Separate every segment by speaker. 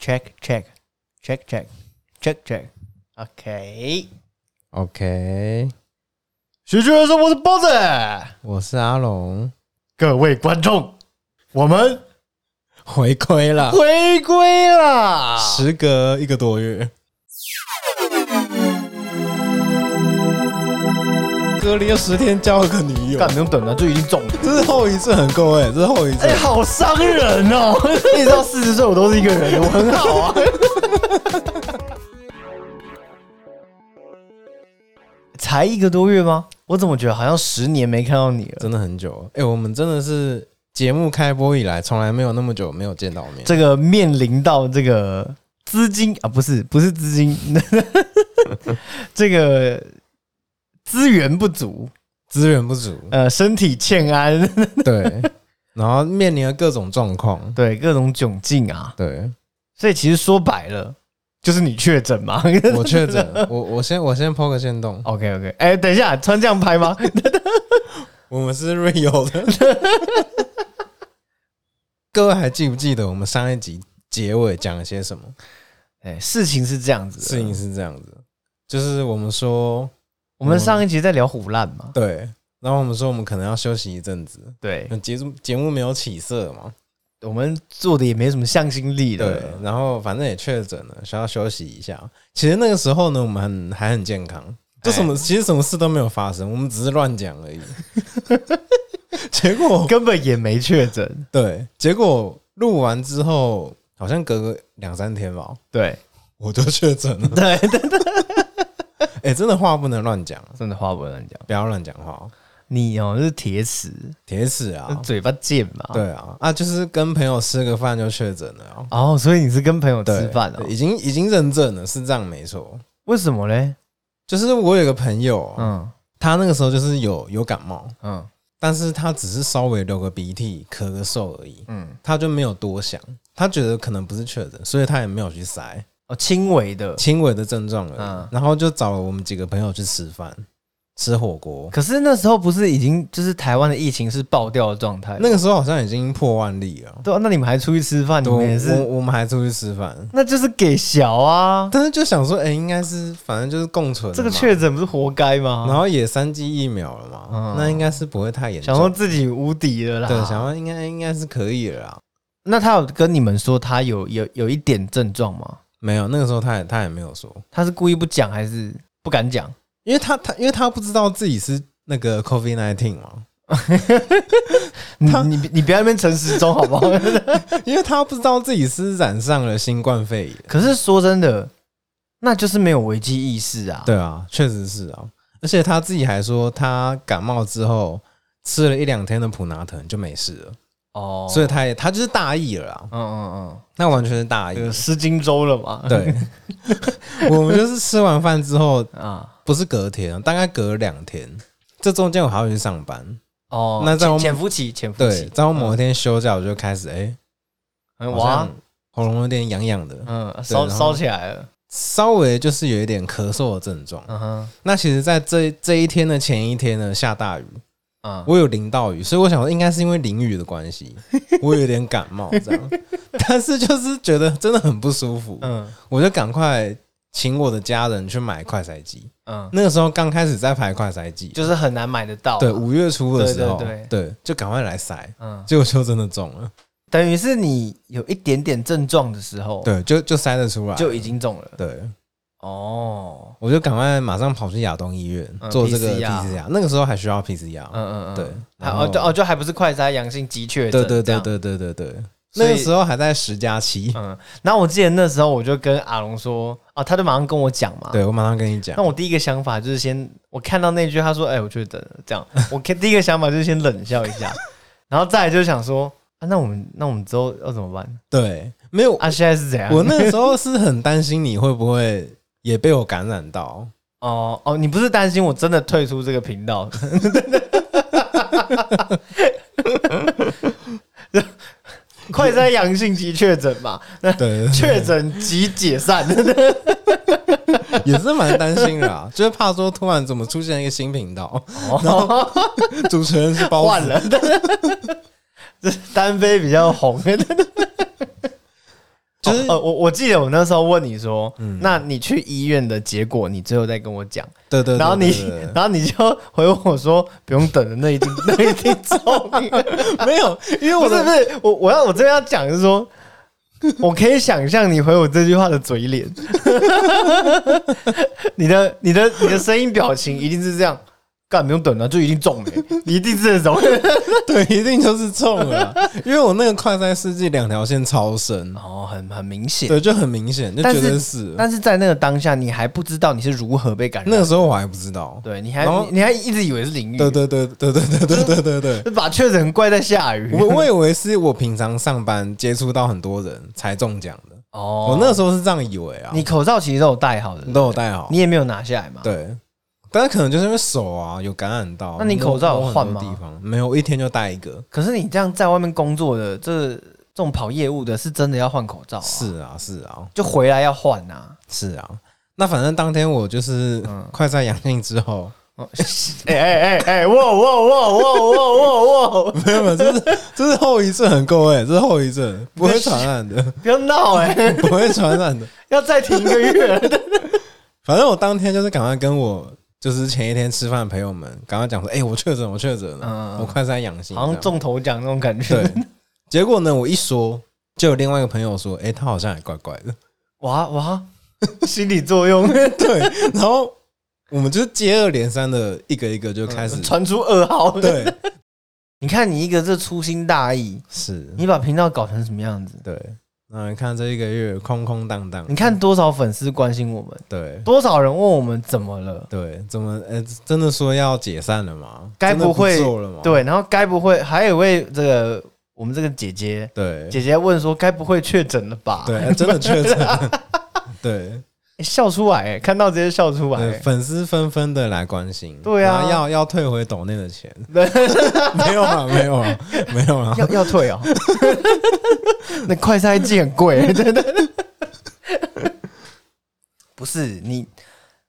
Speaker 1: check check check check check check。OK，
Speaker 2: OK，
Speaker 1: 徐志远说我是包子，
Speaker 2: 我是阿龙，
Speaker 1: 各位观众，我们
Speaker 2: 回归了，
Speaker 1: 回归啦！
Speaker 2: 时隔一个多月，隔离又十天交了个女友
Speaker 1: 干，能等啊，就已经中了，
Speaker 2: 这是后遗症很够哎，这是后遗症
Speaker 1: 哎、。好伤人 哦！一直到四十岁，我都是一个人，我很好啊。 才一个多月吗？我怎么觉得好像十年没看到你了？
Speaker 2: 真的很久了，哎、我们真的是节目开播以来，从来没有那么久没有见到面。
Speaker 1: 这个面临到这个资金啊，不是不是资金， 这个资源不足，
Speaker 2: 资源不足，
Speaker 1: 呃，身体欠安，
Speaker 2: 对，然后面临了各种状况，
Speaker 1: 对各种窘境啊。
Speaker 2: 对
Speaker 1: 所以其实说白了，就是你确诊嘛。
Speaker 2: 我确诊，我我先我先抛个线动，
Speaker 1: OK OK，哎、等一下，穿这样拍吗？
Speaker 2: 我们是 real 的。 各位还记不记得我们上一集结尾讲了些什么？
Speaker 1: 哎、事情是这样子的，
Speaker 2: 事情是这样子，就是我们说
Speaker 1: 我们上一集在聊虎烂嘛，
Speaker 2: 对，然后我们说我们可能要休息一阵子，
Speaker 1: 对，
Speaker 2: 节目节目没有起色嘛，
Speaker 1: 我们做的也没什么向心力
Speaker 2: 对
Speaker 1: 的，，
Speaker 2: 然后反正也确诊了，需要休息一下。其实那个时候呢，我们很还很健康，哎就什么其实什么事都没有发生，我们只是乱讲而已。 结果
Speaker 1: 根本也没确诊，
Speaker 2: 对，结果录完之后，好像隔个两三天吧，
Speaker 1: 对
Speaker 2: 我就确诊了。
Speaker 1: 对，
Speaker 2: 哎、真的话不能乱讲， 啊
Speaker 1: 真的话不能讲，
Speaker 2: 不要乱讲话，
Speaker 1: 你哦是铁齿，
Speaker 2: 铁齿啊。
Speaker 1: 嘴巴贱嘛，，
Speaker 2: 对啊，啊，就是跟朋友吃个饭就确诊了啊、
Speaker 1: 哦，所以你是跟朋友
Speaker 2: 对
Speaker 1: 吃饭哦
Speaker 2: 对？已经已经认证了，是这样没错。
Speaker 1: 为什么嘞？
Speaker 2: 就是我有个朋友啊、
Speaker 1: 嗯
Speaker 2: 他那个时候就是有有感冒，
Speaker 1: 嗯
Speaker 2: 但是他只是稍微流个鼻涕、咳个嗽而已，
Speaker 1: 嗯，
Speaker 2: 他就没有多想，他觉得可能不是确诊，所以他也没有去筛
Speaker 1: 哦，轻微的，
Speaker 2: 轻微的症状而已。
Speaker 1: 嗯
Speaker 2: 然后就找了我们几个朋友去吃饭，吃火锅。
Speaker 1: 可是那时候不是已经就是台湾的疫情是爆掉的状态吗，
Speaker 2: 那个时候好像已经破万例了，
Speaker 1: 对啊，那你们还出去吃饭，你
Speaker 2: 对我
Speaker 1: 们也是，
Speaker 2: 我我们还出去吃饭，
Speaker 1: 那就是给小啊，
Speaker 2: 但是就想说，哎、应该是反正就是共存了嘛，
Speaker 1: 这个确诊不是活该吗？
Speaker 2: 然后也三剂疫苗了嘛，
Speaker 1: 嗯
Speaker 2: 那应该是不会太严重。
Speaker 1: 想说啊自己无敌了啦。
Speaker 2: 对，想说应该应该是可以了啦。
Speaker 1: 那他有跟你们说他有有有一点症状吗？
Speaker 2: 没有，那个时候他也他也没有说，
Speaker 1: 他是故意不讲还是不敢讲？
Speaker 2: 因为他他因为他不知道自己是那个 COVID nineteen 嘛，
Speaker 1: 你
Speaker 2: 他
Speaker 1: 你你不要在那边陈时中好不好？
Speaker 2: 因为他不知道自己是染上了新冠肺炎。
Speaker 1: 可是说真的，那就是没有危机意识啊。
Speaker 2: 对啊，确实是啊，而且他自己还说他感冒之后吃了一两天的普拿疼就没事了，
Speaker 1: 哦，
Speaker 2: 所
Speaker 1: 以
Speaker 2: 以他也他就是大意了啦，
Speaker 1: 嗯嗯
Speaker 2: 那完全是大
Speaker 1: 嗯，
Speaker 2: 意
Speaker 1: 这。个失荆州了嘛？
Speaker 2: 对，我们就是吃完饭之后，
Speaker 1: 啊，
Speaker 2: 不是隔天啊，大概隔两天，这中间我还要去上班。
Speaker 1: 哦，
Speaker 2: 那在
Speaker 1: 潜
Speaker 2: 我们
Speaker 1: 潜伏期，潜伏
Speaker 2: 对，
Speaker 1: 期，
Speaker 2: 在我某一天休假，我就开始哎、
Speaker 1: 嗯
Speaker 2: 好
Speaker 1: 哇
Speaker 2: 像，喉咙有点痒痒的，
Speaker 1: 嗯，烧
Speaker 2: 然后
Speaker 1: 烧起来了，
Speaker 2: 稍微就是有一点咳嗽的症状。
Speaker 1: 嗯哼，
Speaker 2: 那其实，在这这一天的前一天呢，下大雨，
Speaker 1: 嗯，
Speaker 2: 我有淋到雨，所以我想说应该是因为淋雨的 关系，我有点感冒这样。但是就是觉得真的很不舒服，
Speaker 1: 嗯
Speaker 2: 我就赶快请我的家人去买快筛机。
Speaker 1: 嗯，
Speaker 2: 那个时候刚开始在排快筛机，
Speaker 1: 就是很难买得到啊，
Speaker 2: 对五月初的时候，
Speaker 1: 对对
Speaker 2: 对，就赶快来筛，
Speaker 1: 嗯，
Speaker 2: 结果就真的中了，
Speaker 1: 等于是你有一点点症状的时候，，
Speaker 2: 对，就就筛得出来，
Speaker 1: 哦就已经中了。
Speaker 2: 对。
Speaker 1: 哦，
Speaker 2: 我就赶快马上跑去亚东医院、
Speaker 1: 嗯
Speaker 2: 做这个
Speaker 1: PCR
Speaker 2: PCR，那个时候还需要 PCR，、
Speaker 1: 嗯嗯嗯，
Speaker 2: 对
Speaker 1: 还
Speaker 2: 然
Speaker 1: 哦
Speaker 2: 后
Speaker 1: 就哦就还不是快筛阳性急确诊，
Speaker 2: 对对
Speaker 1: 这
Speaker 2: 对
Speaker 1: 样，
Speaker 2: 对对对对，
Speaker 1: 所
Speaker 2: 那
Speaker 1: 以
Speaker 2: 个时候还在十加七，
Speaker 1: 嗯。然后我记得那时候我就跟阿龙说，哦，他就马上跟我讲嘛。。
Speaker 2: 对我马上跟你讲
Speaker 1: 那，我第一个想法就是先，我看到那句他说，哎、我确诊了，这样， 我看第一个想法就是先冷笑一下， 然后再来就想说，啊，那我们那我们之后要怎么办？
Speaker 2: 对，没有，
Speaker 1: 啊，现在是怎样？
Speaker 2: 我那个时候是很担心你会不会也被我感染到，
Speaker 1: 哦哦，你不是担心我真的退出这个频道？ 快筛阳性即确诊嘛， 那
Speaker 2: 对，
Speaker 1: 确诊即解散。
Speaker 2: 也是蛮担 心的啊，就是怕说突然怎么出现一个新频道，
Speaker 1: 哦，
Speaker 2: 主持人是包
Speaker 1: 换
Speaker 2: 子，
Speaker 1: 了， 这单飞比较红。
Speaker 2: 就是
Speaker 1: 哦，我我记得我那时候问你说，
Speaker 2: 嗯
Speaker 1: 那你去医院的结果，你最后再跟我讲。
Speaker 2: 对对，对
Speaker 1: 然后你
Speaker 2: 对对对，
Speaker 1: 然后你就回我说，不用等了，那一定 那一定中。
Speaker 2: 没有，因为
Speaker 1: 不
Speaker 2: 我
Speaker 1: 是
Speaker 2: 的
Speaker 1: 不是，我我要我这边要讲的是说，我可以想象你回我这句话的嘴脸， 你的你的你的声音表情一定是这样，干不用等了，就一定中了，你一定是这种。
Speaker 2: 对，一定就是中了啦，因为我那个快筛试剂两条线超 深，啊
Speaker 1: 哦，很很明显。
Speaker 2: 对，就很明显，就
Speaker 1: 但
Speaker 2: 觉
Speaker 1: 是
Speaker 2: 得是。
Speaker 1: 但是在那个当下，你还不知道你是如何被感染
Speaker 2: 那
Speaker 1: 的，
Speaker 2: 个时候我还不知道，
Speaker 1: 对，你还
Speaker 2: 然后
Speaker 1: 你你还一直以为是淋雨，
Speaker 2: 对对对对对对对对对对，
Speaker 1: 就把确诊怪在下雨。
Speaker 2: 我我以为是我平常上班接触到很多人才中奖的，
Speaker 1: 哦
Speaker 2: 我那时候是这样以为啊，
Speaker 1: 你口罩其实都有戴好的，
Speaker 2: 都有戴好
Speaker 1: 你，也没有拿下来嘛。，
Speaker 2: 对，但是可能就是因为手啊有感染到，
Speaker 1: 那你口罩有
Speaker 2: 摸摸
Speaker 1: 换
Speaker 2: 很多
Speaker 1: 吗
Speaker 2: 地方没有，我一天就戴一个。
Speaker 1: 可是你这样在外面工作的，这这种跑业务的，是真的要换口罩、啊，
Speaker 2: 是啊，是啊，
Speaker 1: 就回来要换啊。
Speaker 2: 是啊。那反正当天我就是
Speaker 1: 嗯
Speaker 2: 快筛阳性之后，
Speaker 1: 哎哎哎哎，哇哇哇哇哇哇！
Speaker 2: 没有没有，这是这是后遗症，各位，这是后遗症，不会传 染的，
Speaker 1: 不要闹哎、
Speaker 2: 不会传染的。
Speaker 1: 要再停一个 月。
Speaker 2: 反正我当天就是赶快跟我就是前一天吃饭的朋友们赶快讲说，哎、我确诊，我确诊了，
Speaker 1: 嗯
Speaker 2: 我快筛阳性，
Speaker 1: 好像中头奖那种感
Speaker 2: 这
Speaker 1: 觉
Speaker 2: 样。。啊对，结果呢，我一说，就有另外一个朋友说，哎、他好像也怪怪 的。
Speaker 1: 哇哇， 心理作用
Speaker 2: 对，然后我们就是接二连三的一个一个就 开始，
Speaker 1: 传出噩耗。，
Speaker 2: 对，
Speaker 1: 你看你一个这粗心大意，
Speaker 2: 是，
Speaker 1: 你把频道搞成什么样子？
Speaker 2: 对。那你看这一个月空空荡荡，
Speaker 1: 你看多少粉丝关心我们，
Speaker 2: 对
Speaker 1: 多少人问我们怎么了？
Speaker 2: 对，怎么呃，真的说要解散了吗？
Speaker 1: 该
Speaker 2: 真的
Speaker 1: 不会
Speaker 2: 做了吗？
Speaker 1: 对，然后该不会还有一位这个我们这个姐姐，
Speaker 2: 对
Speaker 1: 姐姐问说，该不会确诊了吧？
Speaker 2: 对，呃真的 确诊了，对
Speaker 1: 欸笑出来、欸，看到直接笑出来、
Speaker 2: 对，
Speaker 1: 欸。
Speaker 2: 粉丝纷纷的来关心，
Speaker 1: 对啊
Speaker 2: 然后要要退回抖内 的钱，没有啊，没有啊，没有啊，
Speaker 1: 要要退哦， 那快餐剂很贵、欸，真的。 不是你，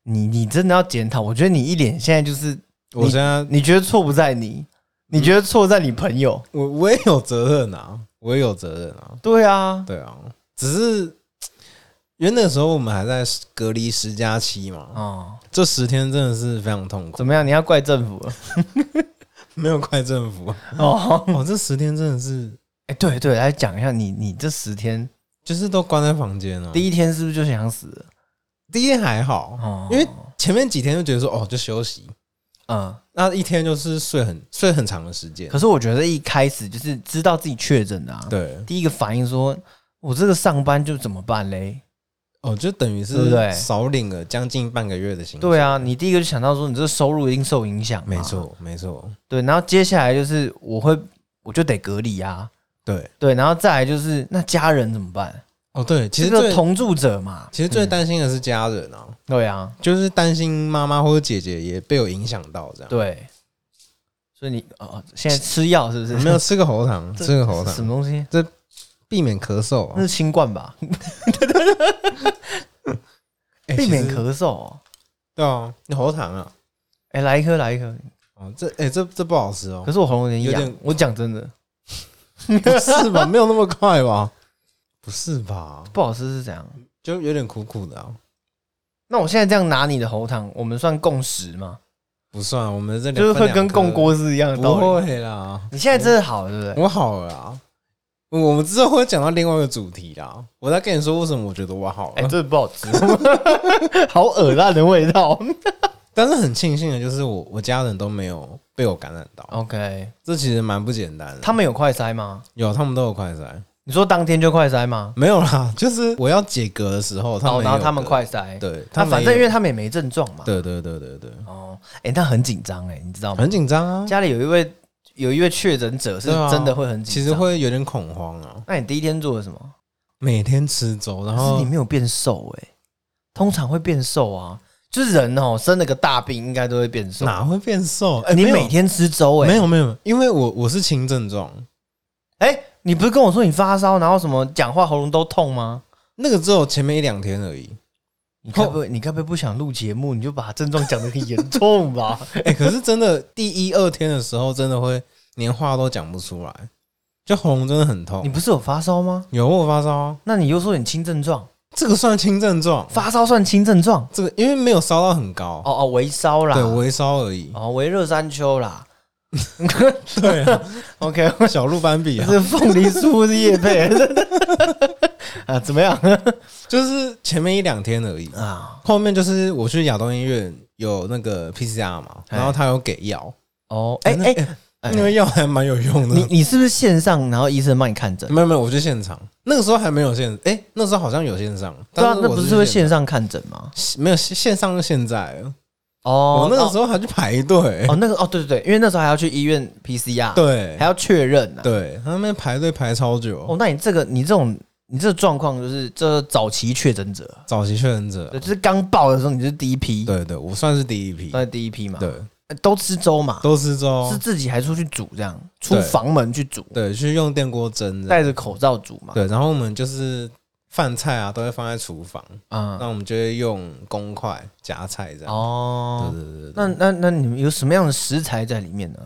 Speaker 1: 你你真的要检讨。我觉得你一脸现在就是，
Speaker 2: 我现在
Speaker 1: 你觉得错不在你，你觉得错在你朋友。
Speaker 2: 我我也有责任啊，我也有责任啊，
Speaker 1: 对啊，
Speaker 2: 对啊，只是因为那时候我们还在隔离十加七嘛，
Speaker 1: 哦，
Speaker 2: 这十天真的是非常痛苦，
Speaker 1: 怎么样？你要怪政府了？
Speaker 2: 没有怪政府。
Speaker 1: 哦，
Speaker 2: 哦，这十天真的是
Speaker 1: 哎、对对，来讲一下你你这十天，
Speaker 2: 就是都关在房间啊。第
Speaker 1: 第一天是不是就想死了？
Speaker 2: 第一天还好，
Speaker 1: 哦，
Speaker 2: 因为前面几天就觉得说哦就休息，
Speaker 1: 嗯，
Speaker 2: 那一天就是睡很睡很长的时间
Speaker 1: 可。是我觉得一开始就是知道自己确诊的啊，
Speaker 2: 对，
Speaker 1: 第一个反应说，我这个上班就怎么办嘞？
Speaker 2: 哦，就等于
Speaker 1: 对不对
Speaker 2: 是少领了将近半个月的薪水。
Speaker 1: 对，啊，你第一个就想到说，你这个收入一定受影响，
Speaker 2: 没。错，没错，
Speaker 1: 对，然后接下来就是我会，我就得隔离啊。
Speaker 2: 对，
Speaker 1: 对，然后再来就是那家人怎么办？
Speaker 2: 哦对，其实
Speaker 1: 这
Speaker 2: 最
Speaker 1: 个同住者嘛，嗯
Speaker 2: 其实最担心的是家人啊，
Speaker 1: 对啊，
Speaker 2: 就是担心妈妈或者姐姐也被我影响到这样。
Speaker 1: 对。所以你哦，现在吃药是不是？
Speaker 2: 没有吃个喉糖，
Speaker 1: 这
Speaker 2: 吃个喉
Speaker 1: 什
Speaker 2: 糖，
Speaker 1: 么嗯东西，
Speaker 2: 避免咳嗽
Speaker 1: 那
Speaker 2: 啊
Speaker 1: 是，新冠吧？
Speaker 2: 哎
Speaker 1: 避免。
Speaker 2: 其实
Speaker 1: 咳嗽、哦。
Speaker 2: 对啊，你喉糖啊，
Speaker 1: 哎、来一颗，来一颗。
Speaker 2: 哦，这哎这这不好吃哦
Speaker 1: 可，是我喉咙有点
Speaker 2: 有
Speaker 1: 痒
Speaker 2: 点，
Speaker 1: 我讲真的，
Speaker 2: 不是吧？没有那么快吧？不是吧？
Speaker 1: 不好吃是怎样？
Speaker 2: 就有点苦苦的啊，
Speaker 1: 那我现在这样拿你的喉糖，我们算共识吗？
Speaker 2: 不算啊，我们这两
Speaker 1: 就是会
Speaker 2: 分两
Speaker 1: 跟
Speaker 2: 颗
Speaker 1: 共锅是一样的道
Speaker 2: 不
Speaker 1: 理。
Speaker 2: 会啦，
Speaker 1: 你现在真的好，对不对？
Speaker 2: 我好了啊。我们之后会讲到另外一个主题啦，我再跟你说为什么我觉得我好
Speaker 1: 哎、
Speaker 2: 了。
Speaker 1: 这不好 吃，好恶烂的味道。
Speaker 2: 但是很庆幸的就是我我家人都没有被我感染到，
Speaker 1: OK，
Speaker 2: 这其实蛮不简单的。
Speaker 1: 他们有快塞吗？
Speaker 2: 有他们都有快筛，
Speaker 1: 你说当天就快塞吗？
Speaker 2: 没有啦，就是我要解隔的时候，他们
Speaker 1: 哦，
Speaker 2: 也
Speaker 1: 然后
Speaker 2: 有
Speaker 1: 他们
Speaker 2: 隔
Speaker 1: 快塞，
Speaker 2: 对，
Speaker 1: 那
Speaker 2: 们
Speaker 1: 反
Speaker 2: 也
Speaker 1: 正
Speaker 2: 有
Speaker 1: 因为他们也没症状嘛。
Speaker 2: 对对对对对，
Speaker 1: 哦，哎、那很紧张哎，你知道吗？
Speaker 2: 很紧张啊，
Speaker 1: 家里有一位有一位确诊者是
Speaker 2: 对啊
Speaker 1: 真的会很紧张、
Speaker 2: 其实。会有点恐慌啊。
Speaker 1: 那你第一天做了什么？
Speaker 2: 每天吃粥，然
Speaker 1: 可是
Speaker 2: 后
Speaker 1: 你没有变瘦哎、通常会变瘦啊，就是人哦生了个大病应该都会变瘦。
Speaker 2: 哪会变瘦？哎
Speaker 1: 你
Speaker 2: 没有
Speaker 1: 每天吃粥哎、
Speaker 2: 没有没有，因为我我是轻症状，
Speaker 1: 哎、你不是跟我说你发烧，然后什么讲话喉咙都痛吗？
Speaker 2: 那个只有前面一两天而已。
Speaker 1: 你该不会你该不会不想录节目，你就把症状讲得很严重 吧？
Speaker 2: 欸哎，可是真的第一二天的时候，真的会连话都讲不出来，就喉咙真的很痛
Speaker 1: 你。不是有发烧吗？
Speaker 2: 有我有发烧啊，
Speaker 1: 那你又说你轻症状，
Speaker 2: 这个算轻症状，
Speaker 1: 发烧算轻症状？
Speaker 2: 这个因为没有烧到很高，
Speaker 1: 哦哦，微烧啦，
Speaker 2: 对，微烧而已。
Speaker 1: 哦微热山丘啦。
Speaker 2: 对啊，
Speaker 1: OK，
Speaker 2: 小鹿 斑比啊，
Speaker 1: 这凤梨酥是叶配 啊？怎么样
Speaker 2: 就是前面一两天而已。
Speaker 1: 啊？
Speaker 2: 后面就是我去亚东医院有那个 PCR 嘛，
Speaker 1: 哎
Speaker 2: 然后他有给药，
Speaker 1: 哦，哎
Speaker 2: 那
Speaker 1: 哎哎，
Speaker 2: 那个嗯药还蛮有用的
Speaker 1: 你。你是不是线上，然后医生帮你看诊？
Speaker 2: 没有没有，我去现场，那个时候还没有线，哎、那时候好像有线上，
Speaker 1: 对啊
Speaker 2: 但，是
Speaker 1: 那
Speaker 2: 我
Speaker 1: 不
Speaker 2: 是
Speaker 1: 是会
Speaker 2: 线
Speaker 1: 线上看诊吗？
Speaker 2: 没有线线上就现在了，
Speaker 1: 哦
Speaker 2: 我，那个
Speaker 1: 哦
Speaker 2: 时候还去排队，
Speaker 1: 哦，那个哦，对对对，因为那时候还要去医院 PCR，
Speaker 2: 对
Speaker 1: 还要确认呢。
Speaker 2: 对，他们排队排超久，
Speaker 1: 哦，那你这个你这种你这个状况就是这是早期确诊者，
Speaker 2: 早期确诊者
Speaker 1: 对，，就是刚报的时候你是第一批，
Speaker 2: 对对，我算是第一批，
Speaker 1: 算是第一批嘛，
Speaker 2: 对，
Speaker 1: 呃，都吃粥嘛，
Speaker 2: 都是粥
Speaker 1: 是，自己还出去煮这样，出
Speaker 2: 对
Speaker 1: 房门去煮，
Speaker 2: 对，去用电锅蒸的，
Speaker 1: 戴着口罩煮嘛，
Speaker 2: 对，然后我们就是饭菜啊都会放在厨房，
Speaker 1: 啊，
Speaker 2: 那我们就会用公筷夹菜这样，对
Speaker 1: 哦，
Speaker 2: 对对对，
Speaker 1: 那那那你们有什么样的食材在里面呢？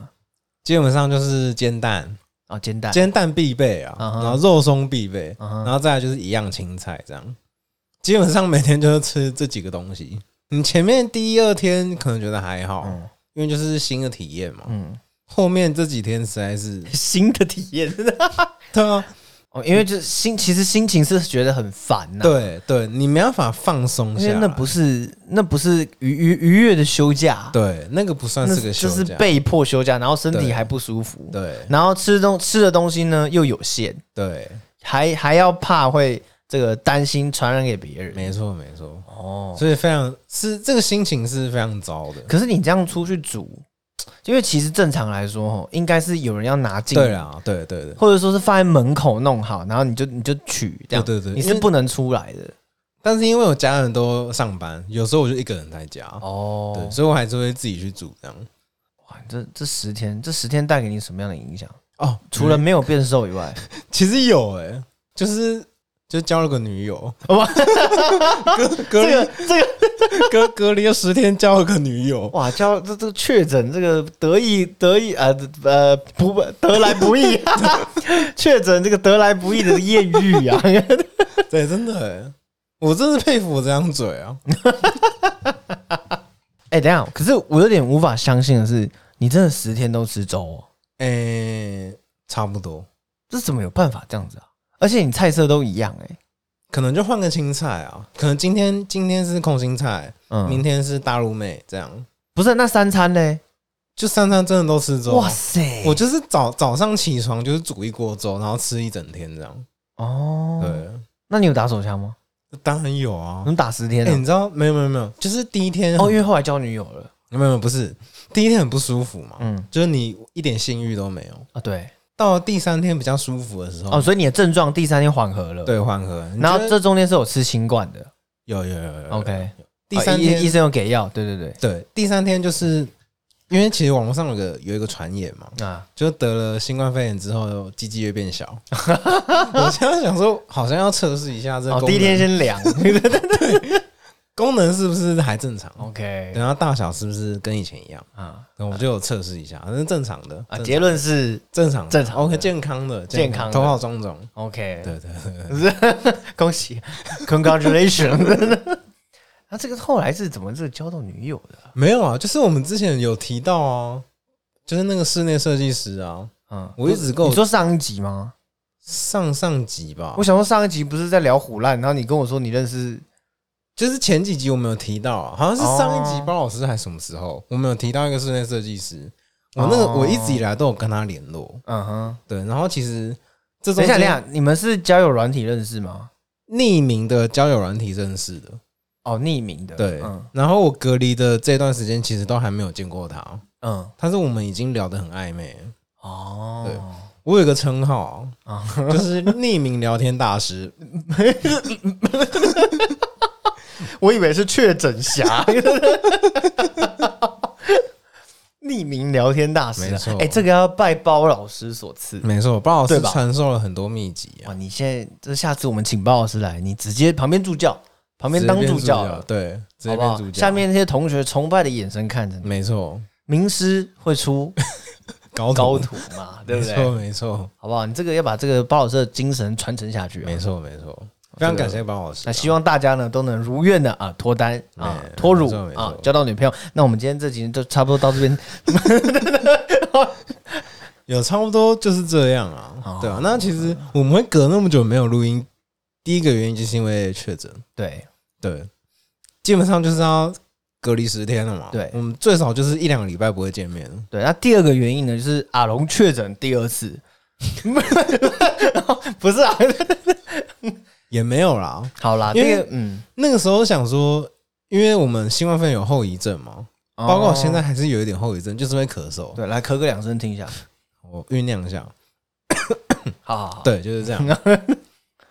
Speaker 2: 基本上就是煎蛋，
Speaker 1: 啊，煎蛋，
Speaker 2: 煎蛋必备啊，
Speaker 1: 嗯哼
Speaker 2: 然后肉松必备，
Speaker 1: 啊
Speaker 2: 然后再来就是一样青菜这样，基本上每天就是吃这几个东西。你前面第一二天可能觉得还好，
Speaker 1: 嗯
Speaker 2: 因为就是新的体验嘛。
Speaker 1: 嗯，
Speaker 2: 后面这几天实在是，
Speaker 1: 新的体验，
Speaker 2: 对啊，
Speaker 1: 哦，因为就是心，其实心情是觉得很烦呐、，
Speaker 2: 对对，你没办法放松
Speaker 1: 因
Speaker 2: 下
Speaker 1: 为
Speaker 2: 来，
Speaker 1: 那不是那不是愉愉愉悦的休假，，
Speaker 2: 对，那个不算
Speaker 1: 那
Speaker 2: 是个休
Speaker 1: 这是
Speaker 2: 假，
Speaker 1: 被迫休假，然后身体
Speaker 2: 对
Speaker 1: 还不舒服，
Speaker 2: 对
Speaker 1: 然后吃东吃的东西呢又有限，
Speaker 2: 对，
Speaker 1: 还还要怕会这个担心传染给别人，
Speaker 2: 没错没错，
Speaker 1: 哦，
Speaker 2: 所以非常是这个心情是非常糟的。
Speaker 1: 可是你这样出去煮，因为其实正常来说哦，应该是有人要拿进，
Speaker 2: 对啊啦，对对对，
Speaker 1: 或者说是放在门口弄好，然后你就你就取这样，
Speaker 2: 对对对
Speaker 1: 你
Speaker 2: 因
Speaker 1: 是
Speaker 2: 为
Speaker 1: 不能出来的
Speaker 2: 但是因为我家人都上班，有时候我就一个人在家，
Speaker 1: 哦
Speaker 2: 对，所以我还是会自己去煮这样。
Speaker 1: 哇，这这十天，这十天带给你什么样的影响？
Speaker 2: 哦，
Speaker 1: 除了没有变瘦以 外，
Speaker 2: 其实有哎、就是就交了个女友，
Speaker 1: 哦哇
Speaker 2: 隔隔
Speaker 1: 这个
Speaker 2: 离
Speaker 1: 这个
Speaker 2: 隔隔离了十天交了个女友，
Speaker 1: 哇，叫这这个确诊，这个得意得意呃呃不得来不易，啊 确诊这个得来不易的艳遇啊，
Speaker 2: 对，真的、欸，我真是佩服我这张嘴啊！
Speaker 1: 嗯哎、等一下，可是我有点无法相信的是，你真的十天都吃粥、哦，
Speaker 2: 哎、差不多，
Speaker 1: 这怎么有办法这样子啊？而且你菜色都一样哎、
Speaker 2: 可能就换个青菜啊，可能今天今天是空心菜，明
Speaker 1: 嗯，
Speaker 2: 天是大陆妹，这样
Speaker 1: 不是那三餐呢？
Speaker 2: 就三餐真的都吃粥哦
Speaker 1: 哇。塞，
Speaker 2: 我就是早早上起床就是煮一锅粥，然后吃一整天这样。
Speaker 1: 哦，，
Speaker 2: 对，
Speaker 1: 那你有打手枪吗？
Speaker 2: 当然有啊。
Speaker 1: 能打十天、
Speaker 2: 哎、
Speaker 1: 啊
Speaker 2: 你知道没有没有没有，就是第一天
Speaker 1: 哦，因为后来交女友了，
Speaker 2: 没有没有不是第一天很不舒服嘛，
Speaker 1: 嗯
Speaker 2: 就是你一点性欲都没有。
Speaker 1: 啊对，
Speaker 2: 到了第三天比较舒服的时候，
Speaker 1: 哦，所以你的症状第三天缓和了，，
Speaker 2: 对缓和。你
Speaker 1: 然后
Speaker 2: 觉得
Speaker 1: 这中间是有吃新冠的
Speaker 2: 有有有有有
Speaker 1: ，OK，
Speaker 2: 第三
Speaker 1: 啊医医
Speaker 2: 哦天
Speaker 1: 生有给药，对对对，
Speaker 2: 对第三天就是因为其实网络上有个有一个传言嘛，
Speaker 1: 啊，
Speaker 2: 就得了新冠肺炎之后鸡鸡会变 小。我现在想说，好像要测试一下这
Speaker 1: 哦，
Speaker 2: 功
Speaker 1: 第一天
Speaker 2: 能
Speaker 1: 先 量
Speaker 2: 功能是不是还正常，
Speaker 1: 哦，OK，
Speaker 2: 然后大小是不是跟以前一样？
Speaker 1: 啊
Speaker 2: 然后我就有测试一下，那是正常的
Speaker 1: 啊，
Speaker 2: 正
Speaker 1: 结论是
Speaker 2: 正常的
Speaker 1: 正常的
Speaker 2: OK 健康的
Speaker 1: 健康的
Speaker 2: 头好肿肿。
Speaker 1: OK，
Speaker 2: 对对对对，
Speaker 1: 恭喜 ，congratulations。那 这个后来是怎么这个交到女友的？
Speaker 2: 没有啊，就是我们之前有提到啊，就是那个室内设计师啊，
Speaker 1: 嗯，
Speaker 2: 我一直跟我啊
Speaker 1: 你说上一集吗？
Speaker 2: 上上集吧
Speaker 1: 我，想说上一集不是在聊虎烂，然后你跟我说你认识
Speaker 2: 就是前几集我们有提到、啊，好像是上一集
Speaker 1: 哦
Speaker 2: 包老师还是什么时候，我们有提到一个室内设计师，我那个
Speaker 1: 哦
Speaker 2: 我一直以来都有跟他联络，
Speaker 1: 嗯哼，
Speaker 2: 对，然后其实这
Speaker 1: 等
Speaker 2: 中
Speaker 1: 一下，等一
Speaker 2: 间
Speaker 1: 下，你们是交友软体认识吗？
Speaker 2: 匿名的交友软体认识的，
Speaker 1: 哦，匿名的，
Speaker 2: 对
Speaker 1: 嗯，
Speaker 2: 然后我隔离的这段时间其实都还没有见过他，
Speaker 1: 嗯，
Speaker 2: 但是我们已经聊得很暧昧了，
Speaker 1: 哦，
Speaker 2: 我有一个称号啊，
Speaker 1: 啊，
Speaker 2: 就是匿名聊天 大师，
Speaker 1: 我以为是确诊 侠，匿名聊天大师
Speaker 2: 没
Speaker 1: 啊
Speaker 2: 错，嗯
Speaker 1: 哎，这个要拜包老师所赐，
Speaker 2: 没错，包老师
Speaker 1: 对吧
Speaker 2: 传授了很多秘籍啊
Speaker 1: 哇，，你现在这下次我们请包老师来，你直接旁边助教，旁边当助教了，
Speaker 2: 对，直
Speaker 1: 好不
Speaker 2: 接变
Speaker 1: 好
Speaker 2: 助？教，
Speaker 1: 下面那些同学崇拜的眼神看着你，
Speaker 2: 没错，
Speaker 1: 名师会出
Speaker 2: 高
Speaker 1: 高
Speaker 2: 高，
Speaker 1: 徒 嘛，对
Speaker 2: 没
Speaker 1: 不
Speaker 2: 错
Speaker 1: 对？
Speaker 2: 没错
Speaker 1: 好不好？你这个要把这个包老师的精神传承下去、啊。
Speaker 2: 没错没错，非常感谢包老师
Speaker 1: 那
Speaker 2: 啊，
Speaker 1: 希望大家呢都能如愿的啊脱单啊
Speaker 2: 没
Speaker 1: 脱乳
Speaker 2: 没错没错
Speaker 1: 啊交到女朋友。那我们今天这集就差不多到这边，
Speaker 2: 有差不多就是这样
Speaker 1: 哦
Speaker 2: 啊，对啊。那其实我们会隔那么久没有录音，第一个原因就是因为确诊，
Speaker 1: 对
Speaker 2: 对，基本上就是要隔离十天了嘛，
Speaker 1: 对
Speaker 2: 我们最少就是一两个礼拜不会见面，
Speaker 1: 对。那第二个原因呢，就是阿龙确诊第二次， 不是啊？
Speaker 2: 也没有啦。
Speaker 1: 好啦，
Speaker 2: 因
Speaker 1: 这
Speaker 2: 为
Speaker 1: 个嗯，
Speaker 2: 那个时候想说，因为我们新冠肺炎有后遗症嘛，包括我现在
Speaker 1: 哦
Speaker 2: 还是有一点后遗症，就是会咳嗽，
Speaker 1: 对，来咳个两声听一下，
Speaker 2: 我酝酿一下，
Speaker 1: 好好好，
Speaker 2: 对，就是这样。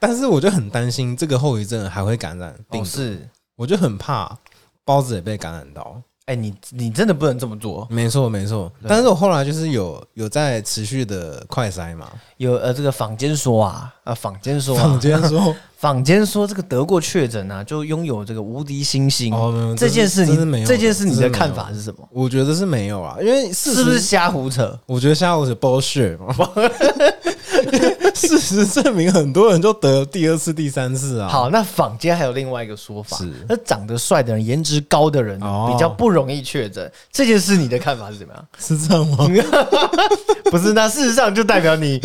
Speaker 2: 但是我就很担心这个后遗症还会感染病
Speaker 1: 哦
Speaker 2: 毒，
Speaker 1: 是。
Speaker 2: 我就很怕包子也被感染到。
Speaker 1: 哎，你你真的不能这么做。
Speaker 2: 没错，没错。但是我后来就是有有在持续的快筛嘛，
Speaker 1: 有呃，这个坊间说啊，啊坊间说啊
Speaker 2: 坊，间 说
Speaker 1: 坊间说这个德国确诊啊，就拥有这个无敌星星。
Speaker 2: 哦，没有
Speaker 1: 这件事
Speaker 2: 真是没
Speaker 1: 你
Speaker 2: 有
Speaker 1: 这件事你的看，
Speaker 2: 真
Speaker 1: 法
Speaker 2: 是没有
Speaker 1: 是什么？
Speaker 2: 我觉得是没有啊，因为事
Speaker 1: 是
Speaker 2: 实
Speaker 1: 不是瞎胡扯？
Speaker 2: 我觉得下午是 bullshit 嘛。事实证明，很多人就得了第二次、第三次啊。，
Speaker 1: 好，那坊间还有另外一个说法
Speaker 2: 是，
Speaker 1: 那长得帅的人、颜值高的人
Speaker 2: 哦
Speaker 1: 比较不容易确诊。这件事你的看法是怎么样？
Speaker 2: 是这样 吗？
Speaker 1: 不是，那事实上就代表你，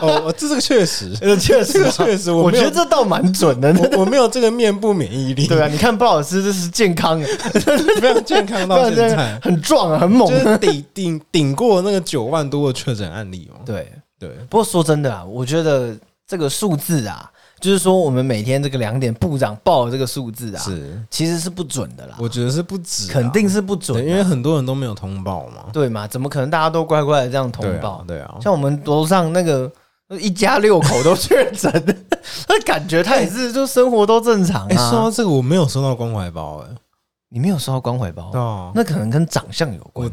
Speaker 2: 哦，这这个确实，
Speaker 1: 呃，确实啊，
Speaker 2: 这个确 实我
Speaker 1: 我
Speaker 2: 没有
Speaker 1: 觉得这倒蛮准的。
Speaker 2: 我我没有这个面部免疫力，
Speaker 1: 对啊，你看鲍老师这是健 康，啊
Speaker 2: 非常健康到现在，
Speaker 1: 很壮啊，很猛
Speaker 2: 就。是顶 顶顶过那个九万多的确诊案例嘛。
Speaker 1: 对，
Speaker 2: 对，
Speaker 1: 不过说真的啊，我觉得这个数字啊，就是说我们每天这个两点部长报的这个数字啊，
Speaker 2: 是，
Speaker 1: 其实是不准的啦，
Speaker 2: 我觉得是不止啊，
Speaker 1: 肯定是不准
Speaker 2: 对，
Speaker 1: 的，
Speaker 2: 因为很多人都没有通报嘛。
Speaker 1: 对嘛？怎么可能大家都乖乖的这样通
Speaker 2: 对啊
Speaker 1: 报？
Speaker 2: 对啊，
Speaker 1: 像我们楼上那个一家六口都确诊，那感觉他也是就生活都正常
Speaker 2: 哎，说
Speaker 1: 啊。
Speaker 2: 到这个，我没有收到关怀包，哎，
Speaker 1: 你没有收到关怀包，
Speaker 2: 哦，
Speaker 1: 那可能跟长相有关
Speaker 2: 我。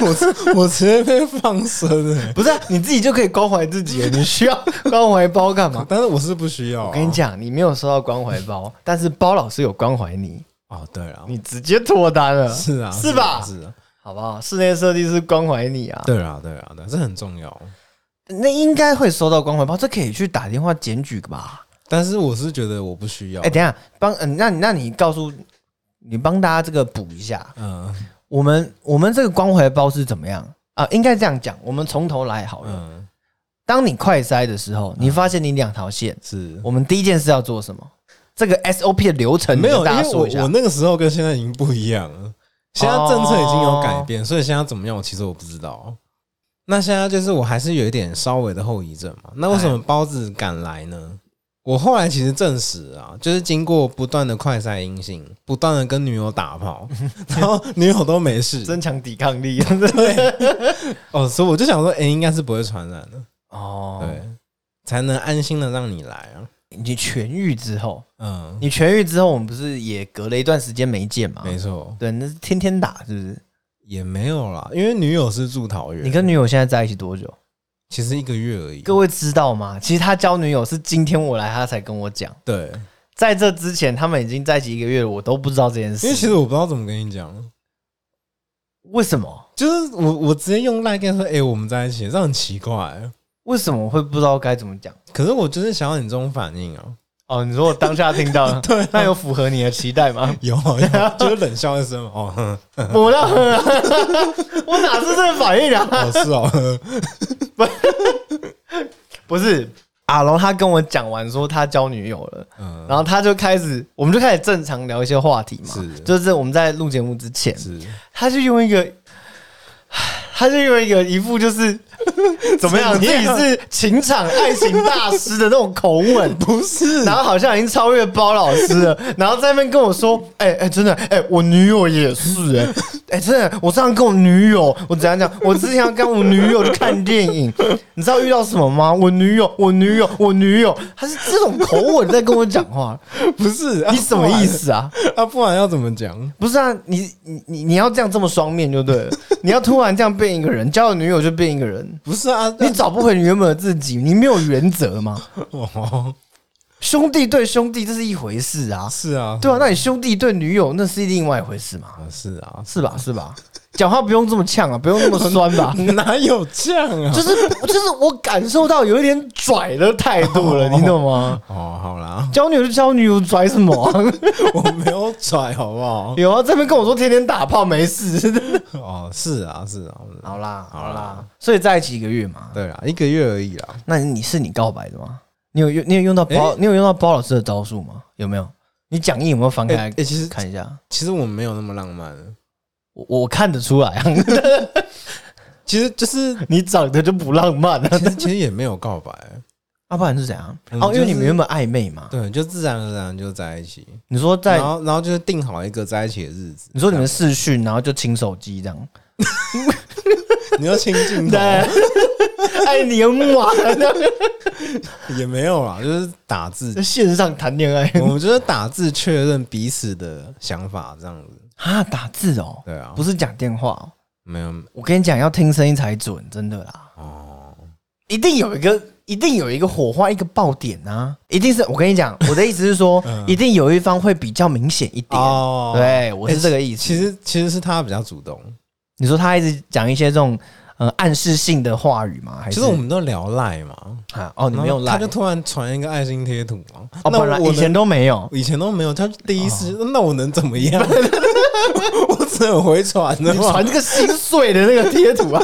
Speaker 2: 我 我直接被放生 哎了。
Speaker 1: 不是啊、你自己就可以关怀自己了，你需要关怀包干 嘛？
Speaker 2: 但是我是不需要啊、
Speaker 1: 我跟你讲，你没有收到关怀包， 但是包老师有关怀你，
Speaker 2: 哦，对了，
Speaker 1: 你直接脱单了，
Speaker 2: 是啊，
Speaker 1: 是吧
Speaker 2: 啊是啊，
Speaker 1: 好不好？室内设计师关怀你啊，
Speaker 2: 对啊，对啊，对啊，这很重要。
Speaker 1: 那应该会收到关怀包，这可以去打电话检举吧？
Speaker 2: 但是我是觉得我不需要。
Speaker 1: 哎、等一下帮嗯、那那你告诉你帮大家这个补一下，
Speaker 2: 嗯
Speaker 1: 我们我们这个关怀包是怎么样啊？应该这样讲，我们从头来好了。
Speaker 2: 嗯，
Speaker 1: 当你快筛的时候，你发现你两条线，
Speaker 2: 是
Speaker 1: 我们第一件事要做什么？这个 SOP 的流程，
Speaker 2: 没有，
Speaker 1: 你
Speaker 2: 因
Speaker 1: 跟大
Speaker 2: 为
Speaker 1: 家
Speaker 2: 我
Speaker 1: 说一下
Speaker 2: 我。那个时候跟现在已经不一样了。现在政策已经有
Speaker 1: 哦
Speaker 2: 改变，所以现在怎么样，我其实我不知道。那现在就是我还是有一点稍微的后遗症嘛。那为
Speaker 1: 哎
Speaker 2: 什么包子敢来呢？我后来其实证实啊，就是经过不断的快筛阴性，不断的跟女友打炮，然 后女友都没事，
Speaker 1: 增强抵抗力
Speaker 2: 哦，所以我就想说，哎、应该是不会传染的，
Speaker 1: 哦，
Speaker 2: 对，才能安心的让你来啊。
Speaker 1: 你痊愈之后，
Speaker 2: 嗯，
Speaker 1: 你痊愈之后，我们不是也隔了一段时间没见吗？
Speaker 2: 没错，
Speaker 1: 对，那是天天打，是不是？
Speaker 2: 也没有啦，因为女友是住桃园，
Speaker 1: 你跟女友现在在一起多久？
Speaker 2: 嗯其实一个月而已。
Speaker 1: 各位知道吗？其实他交女友是今天我来，他才跟我讲。
Speaker 2: 对，
Speaker 1: 在这之前，他们已经在一起一个月了，我都不知道这件事。
Speaker 2: 因为其实我不知道怎么跟你讲，
Speaker 1: 为什么？
Speaker 2: 就是我我直接用赖跟你说，哎、我们在一起，这很奇怪、
Speaker 1: 为什么会不知道该怎么讲？
Speaker 2: 可是我就是想要你这种反应啊，
Speaker 1: 哦，你说我当下听 到，
Speaker 2: 对啊？
Speaker 1: 那有符合你的期待吗
Speaker 2: 有啊，有啊就是冷笑一声嘛哦，哼
Speaker 1: 我那啊 我哪是这个反应啊？
Speaker 2: 哦 是哦，呵
Speaker 1: 不是，阿龙他跟我讲完说他交女友了，
Speaker 2: 嗯，
Speaker 1: 然后他就开始，我们就开始正常聊一些话题嘛，
Speaker 2: 是
Speaker 1: 就是我们在录节目之前，
Speaker 2: 是
Speaker 1: 他就用一个， 他就用一个一副就是 怎么样， 自
Speaker 2: 怎
Speaker 1: 己
Speaker 2: 样
Speaker 1: 是情场爱情大师的那种口吻，
Speaker 2: 不 是
Speaker 1: 然后好像已经超越包老师了，然后在那边跟我说：“哎、哎、真的，哎、我女友也是、哎， 哎、真的，我上次跟我女友，我怎样讲？我之前要跟我女友去看电影， 你知道遇到什么吗？我女友，我女友，我女友，她是这种口吻在跟我讲话，
Speaker 2: 不是？啊
Speaker 1: 你什么意？思啊？
Speaker 2: 不然啊，不然要怎么讲？
Speaker 1: 不是啊，你你你你要这样这么双面就对了，你要突然这样变一个人，交了女友就变一个人，
Speaker 2: 不是啊，
Speaker 1: 你找不回你原本的自己，你没有原则吗？
Speaker 2: 哦，
Speaker 1: 兄弟对兄弟这是一回事啊，
Speaker 2: 是啊，
Speaker 1: 对啊，那你兄弟对女友那是另外一回事嘛，
Speaker 2: 啊，是啊，？
Speaker 1: 是吧？是吧？讲话不用这么呛啊，不用那么酸吧
Speaker 2: 哪有这样啊？
Speaker 1: 就是就是我感受到有一点拽的态度了，你懂吗？
Speaker 2: 哦，好啦，
Speaker 1: 娇女就娇女，我拽什么 啊、
Speaker 2: 我没有拽，好不好？
Speaker 1: 有啊，这边跟我说天天打炮没 事。
Speaker 2: 哦，是啊，是啊，
Speaker 1: 好啦，好
Speaker 2: 好
Speaker 1: 啦
Speaker 2: 啦，
Speaker 1: 所以在一起一个月嘛。
Speaker 2: 对啦，一个月而已啦。
Speaker 1: 那你是你告白的吗？你有用你有用到包、
Speaker 2: 诶
Speaker 1: 你有用到包老师的招数吗？有没有？你讲义有没有翻开
Speaker 2: 哎、
Speaker 1: 来
Speaker 2: 哎其实
Speaker 1: 看一下？
Speaker 2: 其实我们没有那么浪漫，
Speaker 1: 我我看得出来啊，
Speaker 2: 其实就是
Speaker 1: 你长得就不浪漫啊。
Speaker 2: 其实其实也没有告白，
Speaker 1: 啊，不然是怎样？
Speaker 2: 嗯
Speaker 1: 哦，因为
Speaker 2: 就是
Speaker 1: 你们原本暧昧嘛。
Speaker 2: 对，就自然而然就在一起，
Speaker 1: 你说在
Speaker 2: 然，后然后就是定好一个在一起的日子。
Speaker 1: 你说你们视讯，然后就亲手机这样。
Speaker 2: 你要亲 近
Speaker 1: 对，
Speaker 2: 的
Speaker 1: 爱哎你哇，
Speaker 2: 也没有啦，就是打字
Speaker 1: 在，线上谈恋 爱
Speaker 2: 我们就是打字确认彼此的想法这样子。
Speaker 1: 啊，打字哦，
Speaker 2: 对啊
Speaker 1: 不，是讲电话哦。
Speaker 2: 没有
Speaker 1: 我跟你讲，要听声音才准，真的啦。
Speaker 2: 哦，
Speaker 1: 一定有一个，一定有一个火花，一个爆点啊！一定是我跟你 讲，我的意思是说，一定有一方会比较明显一点。
Speaker 2: 嗯哦
Speaker 1: 对，我是
Speaker 2: 欸
Speaker 1: 这个意思。
Speaker 2: 其实其实是他比较主动，
Speaker 1: 你说他一直讲一些这种呃暗示性的话语吗？还
Speaker 2: 其
Speaker 1: 是
Speaker 2: 实我们都聊赖嘛，
Speaker 1: 啊？哦，你没有
Speaker 2: 然后他
Speaker 1: 赖
Speaker 2: 就突然传一个爱心贴图嘛。
Speaker 1: 哦，
Speaker 2: 那
Speaker 1: 本来
Speaker 2: 我
Speaker 1: 以前哦
Speaker 2: 能
Speaker 1: 都没有。
Speaker 2: 以前都没有，他第一次，那我能怎么样？ 我只能回传 的
Speaker 1: 你
Speaker 2: 嘛，
Speaker 1: 传这个心碎的那个贴图啊！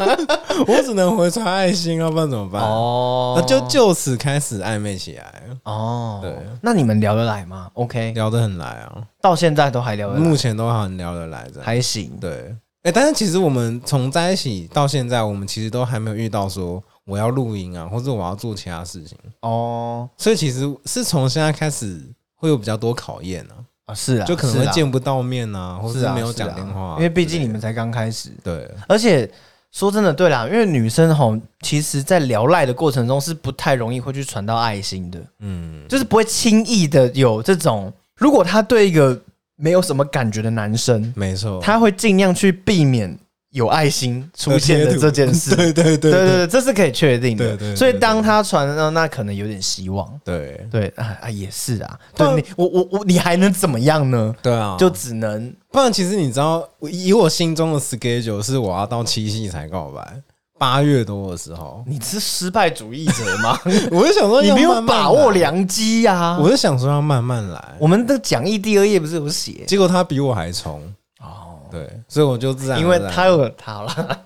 Speaker 2: 我只能回传爱心啊，不然怎么办？
Speaker 1: 哦
Speaker 2: 那就就此开始暧昧起来，
Speaker 1: 哦，
Speaker 2: 对
Speaker 1: 那你们聊得来吗？OK，
Speaker 2: 聊得很来啊，
Speaker 1: 到现在都还聊得来，
Speaker 2: 目前都很聊得来的。
Speaker 1: 还行。
Speaker 2: 对，哎、但是其实我们从在一起到现在，我们其实都还没有遇到说我要录音啊，或者我要做其他事情，
Speaker 1: 哦，
Speaker 2: 所以其实是从现在开始会有比较多考验啊，
Speaker 1: 啊是啊，
Speaker 2: 就可能
Speaker 1: 是
Speaker 2: 会
Speaker 1: 啊
Speaker 2: 见不到面啊，或者
Speaker 1: 是啊
Speaker 2: 没有
Speaker 1: 是啊
Speaker 2: 讲电话啊
Speaker 1: 因
Speaker 2: 之类的、
Speaker 1: 为毕竟你们才刚开始。
Speaker 2: 对
Speaker 1: 而且说真的，对啦，因为女生吼，其实在聊赖的过程中是不太容易会去传到爱心的，
Speaker 2: 嗯
Speaker 1: 就是不会轻易的有这种。如果她对一个没有什么感觉的男生，
Speaker 2: 没错，
Speaker 1: 她会尽量去避免有爱心出现的这件事。
Speaker 2: 对对对
Speaker 1: 对对
Speaker 2: 对
Speaker 1: 对，这是可以确定的。
Speaker 2: 对对对
Speaker 1: 所以当她传到，那可能有点希望。
Speaker 2: 对
Speaker 1: 对啊啊，也是啊。
Speaker 2: 不
Speaker 1: 对
Speaker 2: 然
Speaker 1: 你，我我我，你还能怎么样呢？
Speaker 2: 对啊！
Speaker 1: 就
Speaker 2: 就
Speaker 1: 只能
Speaker 2: 不然，其实你知道，我以我心中的 schedule 是我要到七夕才告白，八月多的时候，
Speaker 1: 你是失败主义者 吗？
Speaker 2: 我就想说
Speaker 1: 你
Speaker 2: 要
Speaker 1: 没有
Speaker 2: 慢慢来
Speaker 1: 把握，良机呀、啊！
Speaker 2: 我就想说要慢慢来。
Speaker 1: 我们的讲义第二页不是有写
Speaker 2: 结果他比我还冲，
Speaker 1: 哦，
Speaker 2: 对，所以我就自然而然
Speaker 1: 因为他有他了，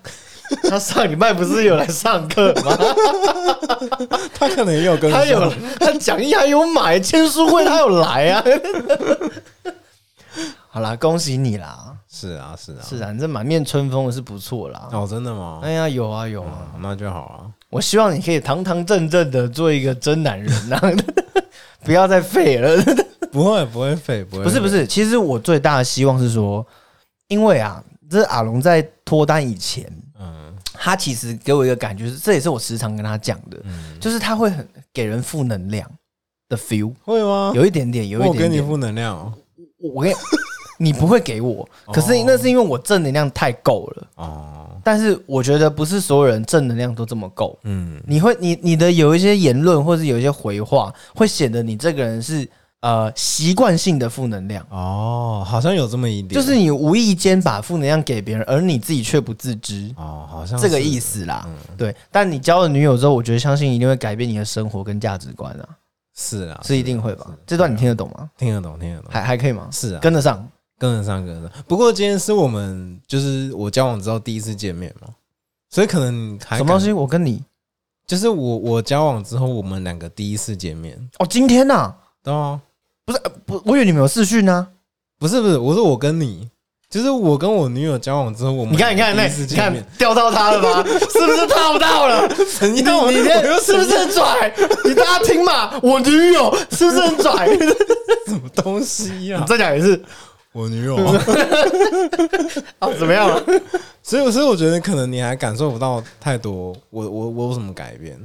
Speaker 1: 他上礼拜不是有来上课吗？
Speaker 2: 他可能也有跟
Speaker 1: 他
Speaker 2: 上
Speaker 1: 有他讲义还有买签书会，他有来啊。 好啦，恭喜你啦！
Speaker 2: 是啊是啊
Speaker 1: 是啊，你这满面春风的是不错啦。
Speaker 2: 哦真的吗？
Speaker 1: 哎呀，有啊有啊！
Speaker 2: 哦那就好啊，
Speaker 1: 我希望你可以堂堂正正的做一个真男人啊， 不要再废了。
Speaker 2: 不会不会废，不会
Speaker 1: 不是不
Speaker 2: 废
Speaker 1: 是，其实我最大的希望是说，因为啊，这阿龙在脱单以前，
Speaker 2: 嗯
Speaker 1: 他其实给我一个感觉是，这也是我时常跟他讲的，
Speaker 2: 嗯
Speaker 1: 就是他会很给人负能量的 feel，
Speaker 2: 会吗？
Speaker 1: 有一点点，有一
Speaker 2: 啊我给
Speaker 1: 点
Speaker 2: 你
Speaker 1: 点。
Speaker 2: 负能量哦
Speaker 1: 我我跟你，你不会给我，
Speaker 2: 哦
Speaker 1: 可是那是因为我正能量太够了。
Speaker 2: 哦，
Speaker 1: 但是我觉得不是所有人正能量都这么够，
Speaker 2: 嗯
Speaker 1: 你会你你的有一些言论或是有一些回话，会显得你这个人是呃习惯性的负能量。
Speaker 2: 哦，好像有这么一点，
Speaker 1: 就是你无意间把负能量给别人，而你自己却不自知，
Speaker 2: 哦，好像嗯
Speaker 1: 这个
Speaker 2: 思。
Speaker 1: 意思啊啦。对，但你交了女友之后，我觉得相信一定会改变你的生活跟价值观啊，
Speaker 2: 是啊，
Speaker 1: 是一定会吧？这段你听得懂吗？
Speaker 2: 听得懂，听得懂，
Speaker 1: 还还可以吗？
Speaker 2: 是啊，跟
Speaker 1: 跟得上
Speaker 2: 跟得上，跟得上。不过今天是我们就是我交往之后第一次见面嘛，所以可能还
Speaker 1: 什么东
Speaker 2: 感？
Speaker 1: 西？我跟你
Speaker 2: 就是我我交往之后，我们两个第一次见面，
Speaker 1: 哦，今天呐、
Speaker 2: 懂吗？
Speaker 1: 不是呃不，我以为你们有视讯啊呢、
Speaker 2: 不是不是，我说我跟你，就是我跟我女友交往之后，我们
Speaker 1: 你看，你看，
Speaker 2: 嗯第
Speaker 1: 那
Speaker 2: 一次
Speaker 1: 你
Speaker 2: 见
Speaker 1: 看
Speaker 2: 面，
Speaker 1: 钓到他了 吧？是不是套到了？
Speaker 2: 怎
Speaker 1: 你
Speaker 2: 样？我
Speaker 1: 你
Speaker 2: 我
Speaker 1: 这
Speaker 2: 又
Speaker 1: 是不是很拽？你大家听嘛，我女友是不是很拽？
Speaker 2: 什么东西呀、
Speaker 1: 再讲一 次
Speaker 2: 我女友，
Speaker 1: 哦，怎么样？
Speaker 2: 所以所以我觉得可能你还感受不到太多，我我我有什么改变？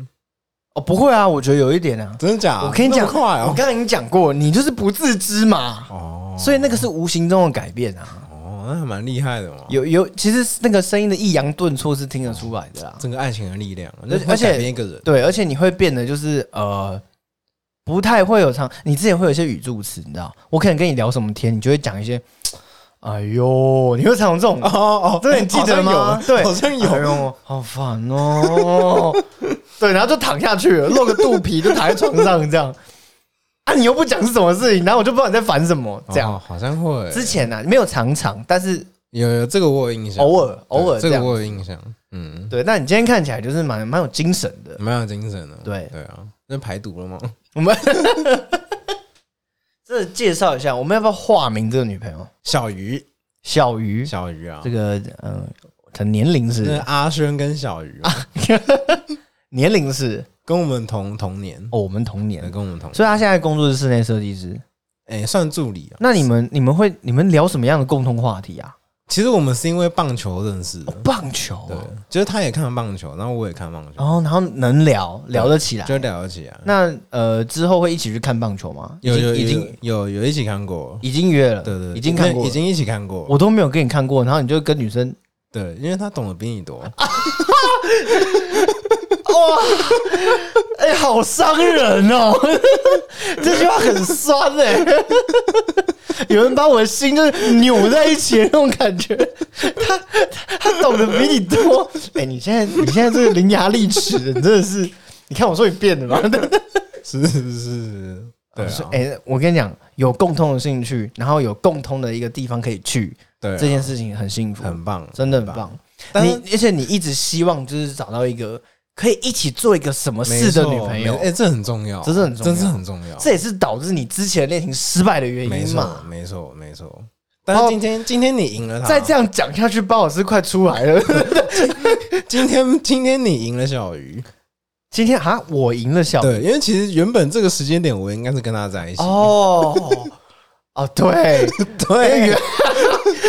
Speaker 1: 哦，不会啊，我觉得有一点啊。
Speaker 2: 真的假的？
Speaker 1: 我跟你讲
Speaker 2: 那么快
Speaker 1: 我
Speaker 2: 哦，
Speaker 1: 刚才已经讲过，你就是不自知嘛，
Speaker 2: 哦
Speaker 1: 所以那个是无形中的改变啊。
Speaker 2: 哦，那还蛮厉害的嘛。
Speaker 1: 有有，其实那个声音的抑扬顿挫是听得出来的啦。
Speaker 2: 整个爱情的力量，
Speaker 1: 而且
Speaker 2: 而且改变一个人。
Speaker 1: 对，而且你会变得就是呃，不太会有常，你之前会有一些语助词，你知道，我可能跟你聊什么天，你就会讲一些。哎呦，你会常用这种
Speaker 2: 哦哦，
Speaker 1: 对，你记得吗
Speaker 2: 好像？有
Speaker 1: 对，
Speaker 2: 好像
Speaker 1: 哎
Speaker 2: 有。
Speaker 1: 呦，好烦哦。 对，然后就躺下去了，露个肚皮，就躺在床上这样。啊，你又不讲是什么事情，然后我就不知道你在烦什么。这样，
Speaker 2: 哦好像会
Speaker 1: 之前呢、啊、没有常常，但是
Speaker 2: 有有这个我有印象，
Speaker 1: 偶尔
Speaker 2: 对
Speaker 1: 偶尔
Speaker 2: 这
Speaker 1: 这
Speaker 2: 个
Speaker 1: 样
Speaker 2: 我有印象，嗯，
Speaker 1: 对，那你今天看起来就是蛮蛮有精神的。
Speaker 2: 蛮有精神的，
Speaker 1: 对
Speaker 2: 对啊，那排毒 了吗？
Speaker 1: 我们这介绍一下，我们要不要化名这个女朋友？
Speaker 2: 小鱼，
Speaker 1: 小鱼，
Speaker 2: 小鱼啊
Speaker 1: 这，个嗯，她年龄
Speaker 2: 那
Speaker 1: 是
Speaker 2: 阿轩跟小鱼嘛啊
Speaker 1: 年龄是
Speaker 2: 跟我们同同年，
Speaker 1: 哦，我们同年
Speaker 2: 对，，跟我们同，
Speaker 1: 所以她现在工作是室内设计师。
Speaker 2: 哎，算助理啊。
Speaker 1: 那你们你们会你们聊什么样的共同话题啊？
Speaker 2: 其实我们是因为棒球认识的，
Speaker 1: 棒球啊、
Speaker 2: 对，就是他也看棒球，然后我也看棒球，
Speaker 1: 然后然后能聊聊得起来。
Speaker 2: 就聊得起啊。
Speaker 1: 哦那呃之后会一起去看棒球吗？
Speaker 2: 有有
Speaker 1: 已
Speaker 2: 已
Speaker 1: 经
Speaker 2: 经有有一起看过，
Speaker 1: 已经已经约了，
Speaker 2: 对对，对
Speaker 1: 已经看
Speaker 2: 因
Speaker 1: 过
Speaker 2: 为
Speaker 1: 了，
Speaker 2: 已经一起看过，
Speaker 1: 我都没有跟你看过，然后你就跟女生
Speaker 2: 对，因为他懂得比 你多。
Speaker 1: 哎、好伤人哦！ 这句话很酸哎、有人把我的心就是扭在一起的那种感觉。他他他懂得比你多。哎、你现在你现在这个伶牙俐齿的，你真的是，你看我说你变 了吗？
Speaker 2: 是是是，对
Speaker 1: 是
Speaker 2: 啊，
Speaker 1: 哎、我跟你讲，有共通的兴趣，然后有共通的一个地方可以去，
Speaker 2: 对啊，
Speaker 1: 这件事情很幸福，
Speaker 2: 很棒，
Speaker 1: 真的很棒。
Speaker 2: 但
Speaker 1: 你
Speaker 2: 是
Speaker 1: 而且你一直希望就是找到一个可以一起做一个什么
Speaker 2: 没
Speaker 1: 事的
Speaker 2: 错
Speaker 1: 女朋友
Speaker 2: 没，哎，这很重要，
Speaker 1: 这是很重要
Speaker 2: 这是很重要，
Speaker 1: 这也是导致你之前的恋情失败的原
Speaker 2: 没
Speaker 1: 因
Speaker 2: 错
Speaker 1: 嘛。
Speaker 2: 没错没错。但是今天今天你赢了他，
Speaker 1: 再这样讲下去，包老师快出来了。
Speaker 2: 今天今天你赢了小鱼，
Speaker 1: 今天啊，我赢了小
Speaker 2: 对，因为其实原本这个时间点我应该是跟他在一起，
Speaker 1: 哦哦，对，
Speaker 2: 对，
Speaker 1: 原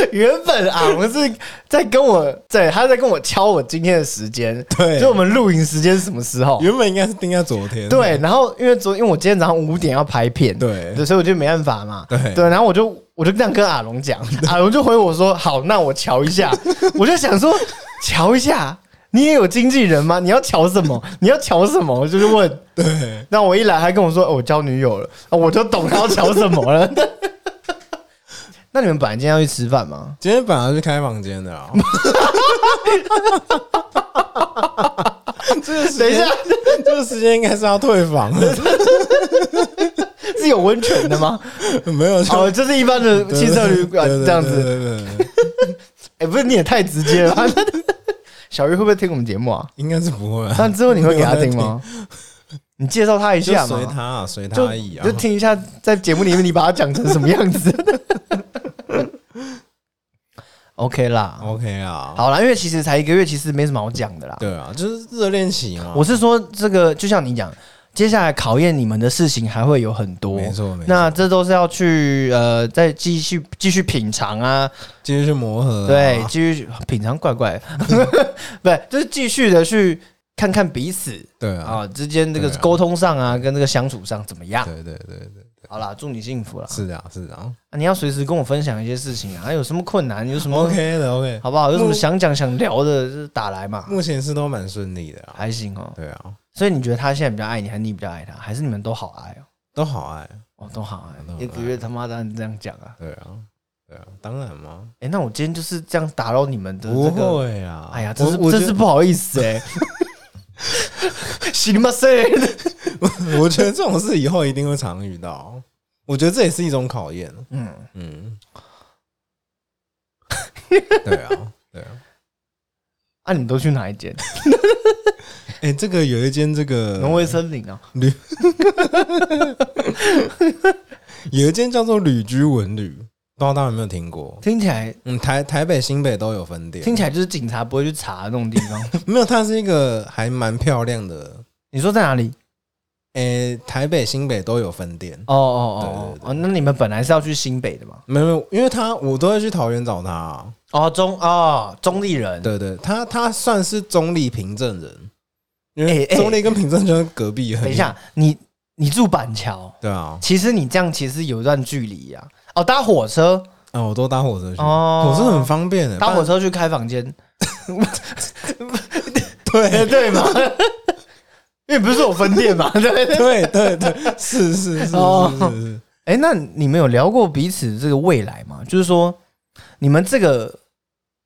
Speaker 1: 原本啊，我是在跟我对他在跟我敲我今天的时间，
Speaker 2: 对
Speaker 1: 就我们录影时间是什么时候？
Speaker 2: 原本应该是定在昨天，
Speaker 1: 对，然后因为昨因为我今天早上五点要拍片，
Speaker 2: 对
Speaker 1: 对，所以我就没办法嘛。
Speaker 2: 对
Speaker 1: 对，然后我就我就这样跟阿龙 讲，阿龙就回我说：“好，那我瞧一下。” 我就想说，瞧一下，你也有经纪人吗？你要瞧什么？你要瞧什么？我就是问。
Speaker 2: 对，
Speaker 1: 那我一来还跟我说：“哦、我交女友了。啊”我就懂他要瞧什么了。 那你们本来今天要去吃饭吗？
Speaker 2: 今天本来是开房间的 啊。这个时
Speaker 1: 等一
Speaker 2: 间
Speaker 1: 下，
Speaker 2: 这个时间应该是要退房了，
Speaker 1: 是有温泉的吗？
Speaker 2: 没有 就
Speaker 1: 哦，就是一般的汽车旅馆
Speaker 2: 对对对
Speaker 1: 这样子。
Speaker 2: 对对对对
Speaker 1: 哎、不是，你也太直接了 吧。小鱼会不会听我们节目啊？
Speaker 2: 应该是 不会啊，
Speaker 1: 但之后你会给他 听吗？你介绍他一
Speaker 2: 就
Speaker 1: 下
Speaker 2: 随
Speaker 1: 嘛，
Speaker 2: 他啊随
Speaker 1: 就
Speaker 2: 他意啊
Speaker 1: 就。听一下，在节目里面你把他讲成什么样子。OK 啦，
Speaker 2: OK 啊，
Speaker 1: 好啦，因为其实才一个月，其实没什么好讲的啦。
Speaker 2: 对啊，就是热恋期嘛。
Speaker 1: 我是说，这个就像你讲，接下来考验你们的事情还会有很多。
Speaker 2: 没错没错，
Speaker 1: 那这都是要去呃，再继续继续品尝啊，
Speaker 2: 继续去磨合啊，
Speaker 1: 对，继续品尝怪怪， 对，就是继续的去看看彼此，
Speaker 2: 对啊，
Speaker 1: 啊，之间这个
Speaker 2: 对啊
Speaker 1: 沟通上啊，跟这个相处上怎么样？
Speaker 2: 对对对对，
Speaker 1: 好啦，祝你幸福啦！
Speaker 2: 是啊是啊
Speaker 1: 啊你要随时跟我分享一些事情啊，有什么困难，有什么
Speaker 2: ，OK 的 OK，
Speaker 1: 好不好？有什么
Speaker 2: 目
Speaker 1: 想讲想聊的，就是打来嘛，
Speaker 2: 目前是都蛮顺利的啊，
Speaker 1: 还行哦。
Speaker 2: 对啊，
Speaker 1: 所以你觉得他现在比较爱你，还是你比较爱他，还是你们都好爱哦？
Speaker 2: 都好爱，
Speaker 1: 哦，都好
Speaker 2: 都
Speaker 1: 爱，
Speaker 2: 好
Speaker 1: 一个月他妈的这样讲啊！
Speaker 2: 对啊对啊，当然嘛，
Speaker 1: 哎，那我今天就是这样打扰你们的
Speaker 2: 不
Speaker 1: 这个，
Speaker 2: 会啊，
Speaker 1: 哎呀，真
Speaker 2: 我
Speaker 1: 是
Speaker 2: 我觉
Speaker 1: 真是不好意思 哎。行吧，塞，
Speaker 2: 得 我觉得这种事以后一定会常遇到，我觉得这也是一种考验，
Speaker 1: 嗯，
Speaker 2: 嗯，对啊对啊，
Speaker 1: 啊，你们都去哪一间？
Speaker 2: 哎，这个有一间这个
Speaker 1: 挪威森林啊，
Speaker 2: 有一间叫做旅居文旅，不知道大家有没有听过？
Speaker 1: 听起来
Speaker 2: 嗯，台台北、新北都有分店。
Speaker 1: 听起来就是警察不会去查的那种地方。
Speaker 2: 没有，它是一个还蛮漂亮的。
Speaker 1: 你说在哪里？
Speaker 2: 诶、台北、新北都有分店。
Speaker 1: 哦哦哦
Speaker 2: 对对
Speaker 1: 哦，那你们本来是要去新北的嘛？
Speaker 2: 没有，没有，因为他我都会去桃园找他、
Speaker 1: 哦，中哦，中立人，
Speaker 2: 对对，他他算是中立凭证人，因
Speaker 1: 哎
Speaker 2: 为
Speaker 1: 哎
Speaker 2: 中立跟凭证就是隔壁而已。
Speaker 1: 等一，下，你你住板桥，
Speaker 2: 对啊，
Speaker 1: 其实你这样其实有一段距离呀、啊。哦，搭火车，
Speaker 2: 啊，我都搭火车去，
Speaker 1: 哦
Speaker 2: 火车很方便的、
Speaker 1: 搭火
Speaker 2: 车
Speaker 1: 车去开房间，
Speaker 2: 哎对
Speaker 1: 对 吗？因为不是有分店 嘛，对。
Speaker 2: 对对对，是是是是
Speaker 1: 哦
Speaker 2: 是是，
Speaker 1: 哎、那你们有聊过彼此这个未来吗？就是说，你们这个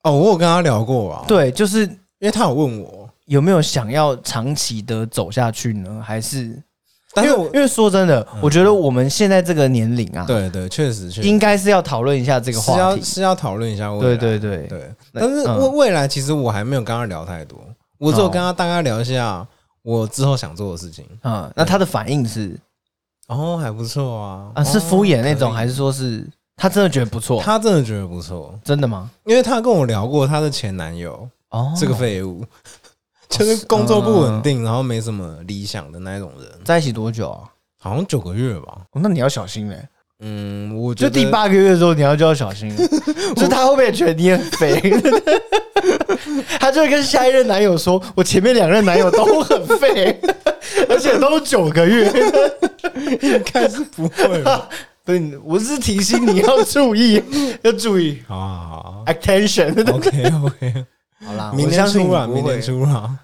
Speaker 2: 哦，我有跟他聊过啊，，
Speaker 1: 对，就是
Speaker 2: 因为他有问我，
Speaker 1: 有没有想要长期的走下去呢？还是
Speaker 2: 但是
Speaker 1: 因为
Speaker 2: 我嗯
Speaker 1: 因为说真的，我觉得我们现在这个年龄啊，
Speaker 2: 对对，确实确实
Speaker 1: 应该是要讨论一下这个
Speaker 2: 是
Speaker 1: 话
Speaker 2: 要
Speaker 1: 题。
Speaker 2: 是要讨论一下未
Speaker 1: 对
Speaker 2: 来，
Speaker 1: 对对，
Speaker 2: 对，
Speaker 1: 那
Speaker 2: 但是
Speaker 1: 嗯
Speaker 2: 未未来其实我还没有跟他聊太多，我只有跟他大概聊一下我之后想做的事情。
Speaker 1: 嗯，那他的反应是
Speaker 2: 哦，还不错啊，
Speaker 1: 啊，是敷衍那种，
Speaker 2: 哦
Speaker 1: 还是说是他真的觉得不
Speaker 2: 可以
Speaker 1: 错？
Speaker 2: 他真的觉得不错，
Speaker 1: 真的吗？
Speaker 2: 因为他跟我聊过他的前男友
Speaker 1: 哦，
Speaker 2: 是个废物， 就是工作不稳定，然后没什么理想的那一种人，
Speaker 1: 在一起多久啊？
Speaker 2: 好像九个月吧。
Speaker 1: 哦那你要小心嘞、
Speaker 2: 嗯，我觉
Speaker 1: 就
Speaker 2: 得
Speaker 1: 第，八个月的时候，你要就要小心 了，就他会不会觉得你很肥？ 他就会跟下一任男友说：“我前面两任男友都很肥，而且都九个月。
Speaker 2: 应该是不会吧？”
Speaker 1: 对，我是提醒你要注意，要注意
Speaker 2: 好啊好啊
Speaker 1: attention。
Speaker 2: ，OK OK，
Speaker 1: 好啦
Speaker 2: 明
Speaker 1: 我
Speaker 2: 年
Speaker 1: 相信
Speaker 2: 出啦，
Speaker 1: 你不
Speaker 2: 明年
Speaker 1: 会
Speaker 2: 出啦。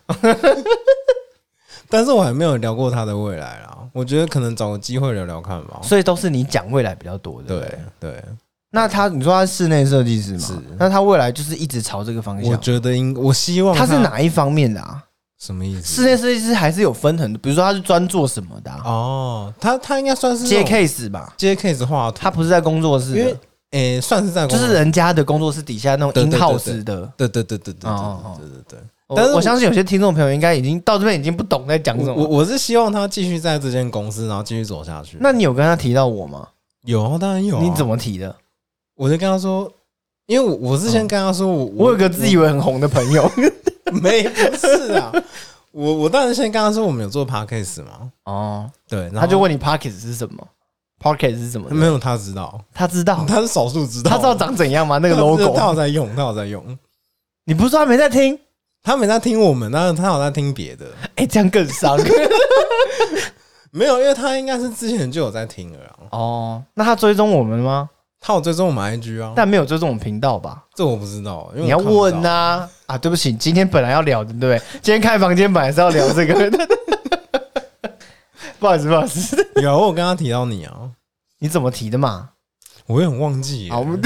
Speaker 2: 但是我还没有聊过他的未来啦，我觉得可能找个机会聊聊看吧。
Speaker 1: 所以都是你讲未来比较多的。不
Speaker 2: 对，对，
Speaker 1: 那他你说他是室内设计师嘛？
Speaker 2: 是
Speaker 1: 那他未来就是一直朝这个方
Speaker 2: 我
Speaker 1: 向。
Speaker 2: 觉得应，我希望
Speaker 1: 他是哪一方面的啊？
Speaker 2: 什么意
Speaker 1: 室
Speaker 2: 思？
Speaker 1: 内设计师还是有分很多，比如说他是专做什么的、啊，
Speaker 2: 哦，他他应该算是
Speaker 1: 接
Speaker 2: 那种
Speaker 1: case 吧？
Speaker 2: 接 case 画图，
Speaker 1: 他不是在工作室的，
Speaker 2: 因为诶、算是在
Speaker 1: 就是
Speaker 2: 人，
Speaker 1: 人家的工作室底下那种
Speaker 2: 对
Speaker 1: in
Speaker 2: 对对
Speaker 1: house 的。
Speaker 2: 对对对对对
Speaker 1: 哦哦哦
Speaker 2: 对对对对
Speaker 1: 我
Speaker 2: 但是
Speaker 1: 我
Speaker 2: 我
Speaker 1: 相信有些听众朋友应该已经到这边已经不懂在讲什
Speaker 2: 对。我
Speaker 1: 么。
Speaker 2: 我是希望他继续在这间公司，然后继续走下去。
Speaker 1: 那你有跟他提到我吗？
Speaker 2: 有啊，当然有、
Speaker 1: 你怎
Speaker 2: 么？
Speaker 1: 么提的？
Speaker 2: 我就跟他说，因为我我之前跟他说，我
Speaker 1: 嗯我有个自以为很红的朋 友
Speaker 2: 没不是啊，我我当然先跟他说我们有做 podcast 嘛，
Speaker 1: 哦，
Speaker 2: 对，然后
Speaker 1: 他就问你 pocket 是什么？pocket 是什么？
Speaker 2: 没有他知道，
Speaker 1: 他知道，
Speaker 2: 他是少数知道，
Speaker 1: 他知道长怎样吗？那个
Speaker 2: 他知道他
Speaker 1: logo，
Speaker 2: 有在用，他有在用，
Speaker 1: 你不是说他没在听？
Speaker 2: 他没在听我们，但是他有在听别的，
Speaker 1: 哎，这样更 伤
Speaker 2: 没有，因为他应该是之前就有在听了啊，
Speaker 1: 哦。那他追踪我们吗？
Speaker 2: 他有追踪我们 IG 啊，
Speaker 1: 但没有追踪我们频道吧？
Speaker 2: 这我不知道，因为
Speaker 1: 你要问
Speaker 2: 呐、
Speaker 1: 呐啊对不起，今天本来要聊的，对不对？今天开房间本来是要聊这个， 不好意思，不好意思，
Speaker 2: 有我有跟他提到你啊，
Speaker 1: 你怎么提的嘛？
Speaker 2: 我也很忘记耶，
Speaker 1: 好，我们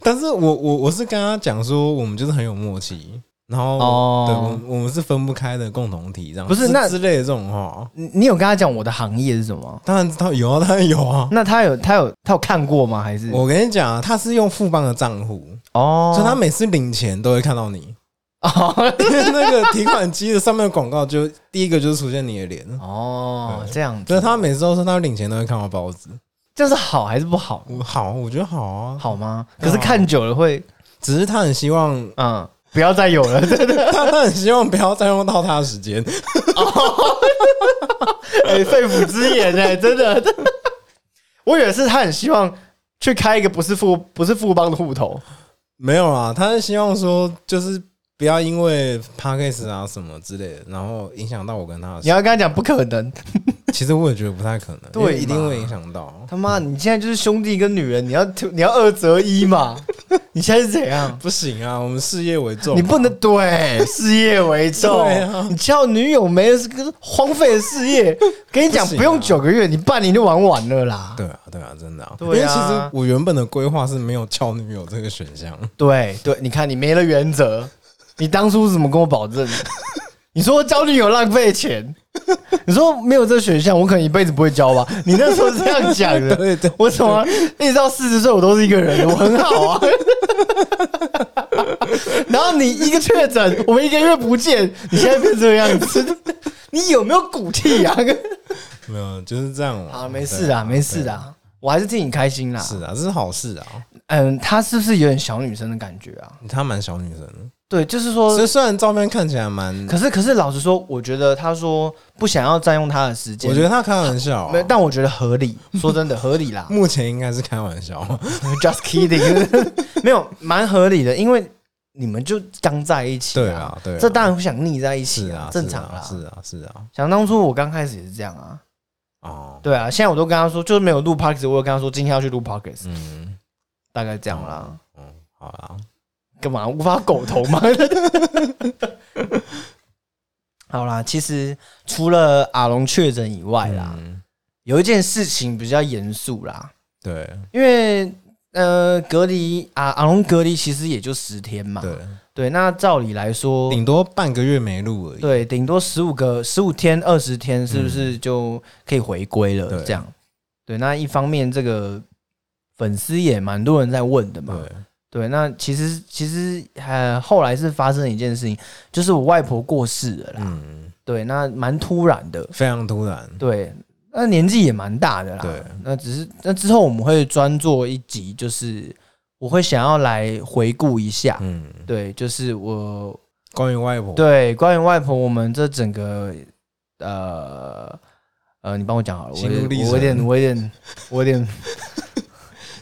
Speaker 2: 但是我我我是跟他讲说，我们就是很有默契。然后，
Speaker 1: 哦
Speaker 2: 对，我们我们是分不开的共同体，这样
Speaker 1: 不是
Speaker 2: 之
Speaker 1: 那
Speaker 2: 之类的这种话，
Speaker 1: 你你有跟他讲我的行业是什么？
Speaker 2: 当然他有啊，当然有啊。
Speaker 1: 那他有他有他有看过吗？还是
Speaker 2: 我跟你讲啊，他是用富邦的账户，
Speaker 1: 哦，
Speaker 2: 所以他每次领钱都会看到 你，
Speaker 1: 哦
Speaker 2: 因为那个提款机的上面的广告就第一个就是出现你的脸。
Speaker 1: 哦
Speaker 2: 对
Speaker 1: 这样
Speaker 2: 所以
Speaker 1: 子，
Speaker 2: 他每次都说他领钱都会看到包子，
Speaker 1: 这样是好还是不好？
Speaker 2: 我好，我觉得好啊，
Speaker 1: 好吗？可
Speaker 2: 对啊
Speaker 1: 是看久了会
Speaker 2: 只是他很希望，
Speaker 1: 嗯，不要再有了，真的
Speaker 2: 他他很希望不要再用到他的时间，
Speaker 1: 哎，肺腑之言哎，真的。我以为是他很希望去开一个不是富不是富邦的户头。
Speaker 2: 没有啊，他是希望说就是不要因为 p a c k a g e 啊什么之类的，然后影响到我跟他的
Speaker 1: 你
Speaker 2: 时间。
Speaker 1: 要跟他讲不可能，
Speaker 2: 其实我也觉得不太可能，
Speaker 1: 对
Speaker 2: 因为一定
Speaker 1: 嘛
Speaker 2: 会影响到。
Speaker 1: 他妈，你现在就是兄弟跟女人，你要你要二择一嘛？你现在是怎样？
Speaker 2: 不行啊，我们事业为重啊，
Speaker 1: 你不能对事业为重，
Speaker 2: 对啊
Speaker 1: 你叫女友没是个荒废的事业。 跟你讲，
Speaker 2: 不
Speaker 1: 不
Speaker 2: 行啊
Speaker 1: 用九个月，你半年就玩完了啦。
Speaker 2: 对啊，对啊，真的、啊。
Speaker 1: 对啊
Speaker 2: 因为其实我原本的规划是没有俏女友这个选项，
Speaker 1: 对对，你看你没了原则，你当初怎么跟我保证的？你说交女友浪费钱，你说没有这选项，我可能一辈子不会交吧？你那时候是这样讲的，
Speaker 2: 对对
Speaker 1: 我怎么一直到四十岁我都是一个人，我很好 啊。然后你一个确诊，我们一个月不见，你现在变这样子，你有没有骨气 啊？
Speaker 2: 没有，就是这样嘛
Speaker 1: 啊，没事啊，没事。啊，我还是替你开心啦
Speaker 2: 对。是啊，这是好事啊。
Speaker 1: 嗯，她是不是有点小女生的感觉啊？
Speaker 2: 她蛮小女生的，
Speaker 1: 对，就是说，
Speaker 2: 所以虽然照片看起来蛮，
Speaker 1: 哦可是，可是，老实说，我觉得他说不想要占用他的时间，
Speaker 2: 我觉得她开玩笑、
Speaker 1: 没有，
Speaker 2: 啊，
Speaker 1: 但我觉得合 理。说真的，合理啦
Speaker 2: 目前应该是开玩笑。
Speaker 1: ，just kidding，没 有，蛮合理的，因为你们就刚在一起、
Speaker 2: 对啊，对啊，
Speaker 1: 这当然会想腻在一
Speaker 2: 是
Speaker 1: 起
Speaker 2: 啊，
Speaker 1: 正常啦。
Speaker 2: 啦，是啊，是啊，
Speaker 1: 想当初我刚开始也是这样啊，
Speaker 2: 哦，
Speaker 1: 对啊，现在我都跟他说，就是没有录 podcast，我有跟他说今天要去录 podcast，、
Speaker 2: 嗯
Speaker 1: 大概这样啦。
Speaker 2: 嗯，好啦，
Speaker 1: 干嘛无法苟同吗？ 好啦，其实除了阿龙确诊以外啦，
Speaker 2: 嗯
Speaker 1: 有一件事情比较严肃啦，
Speaker 2: 对，
Speaker 1: 因为嗯、呃隔离啊，阿龙隔离其实也就十天嘛。
Speaker 2: 对，
Speaker 1: 对那照理来说，
Speaker 2: 嗯顶多半个月没录而已。
Speaker 1: 对，顶多十五个十五天、二十天，是不是就可以回归了？
Speaker 2: 嗯对
Speaker 1: 这样，对。那一方面，这个粉丝也蛮多人在问的嘛。
Speaker 2: 对，
Speaker 1: 对，那其实其实呃，后来是发生了一件事情，就是我外婆过世了啦。
Speaker 2: 嗯，
Speaker 1: 对，那蛮突然的。
Speaker 2: 非常突然。
Speaker 1: 对，那年纪也蛮大的啦。
Speaker 2: 对，
Speaker 1: 那只是那之后我们会专做一集，就是我会想要来回顾一下。
Speaker 2: 嗯，
Speaker 1: 对，就是我
Speaker 2: 关于外婆，
Speaker 1: 对，关于外婆，我们这整个呃呃，你帮我讲好了，我
Speaker 2: 心路
Speaker 1: 有
Speaker 2: 历
Speaker 1: 我有点，
Speaker 2: 程
Speaker 1: 我有点，我有 点，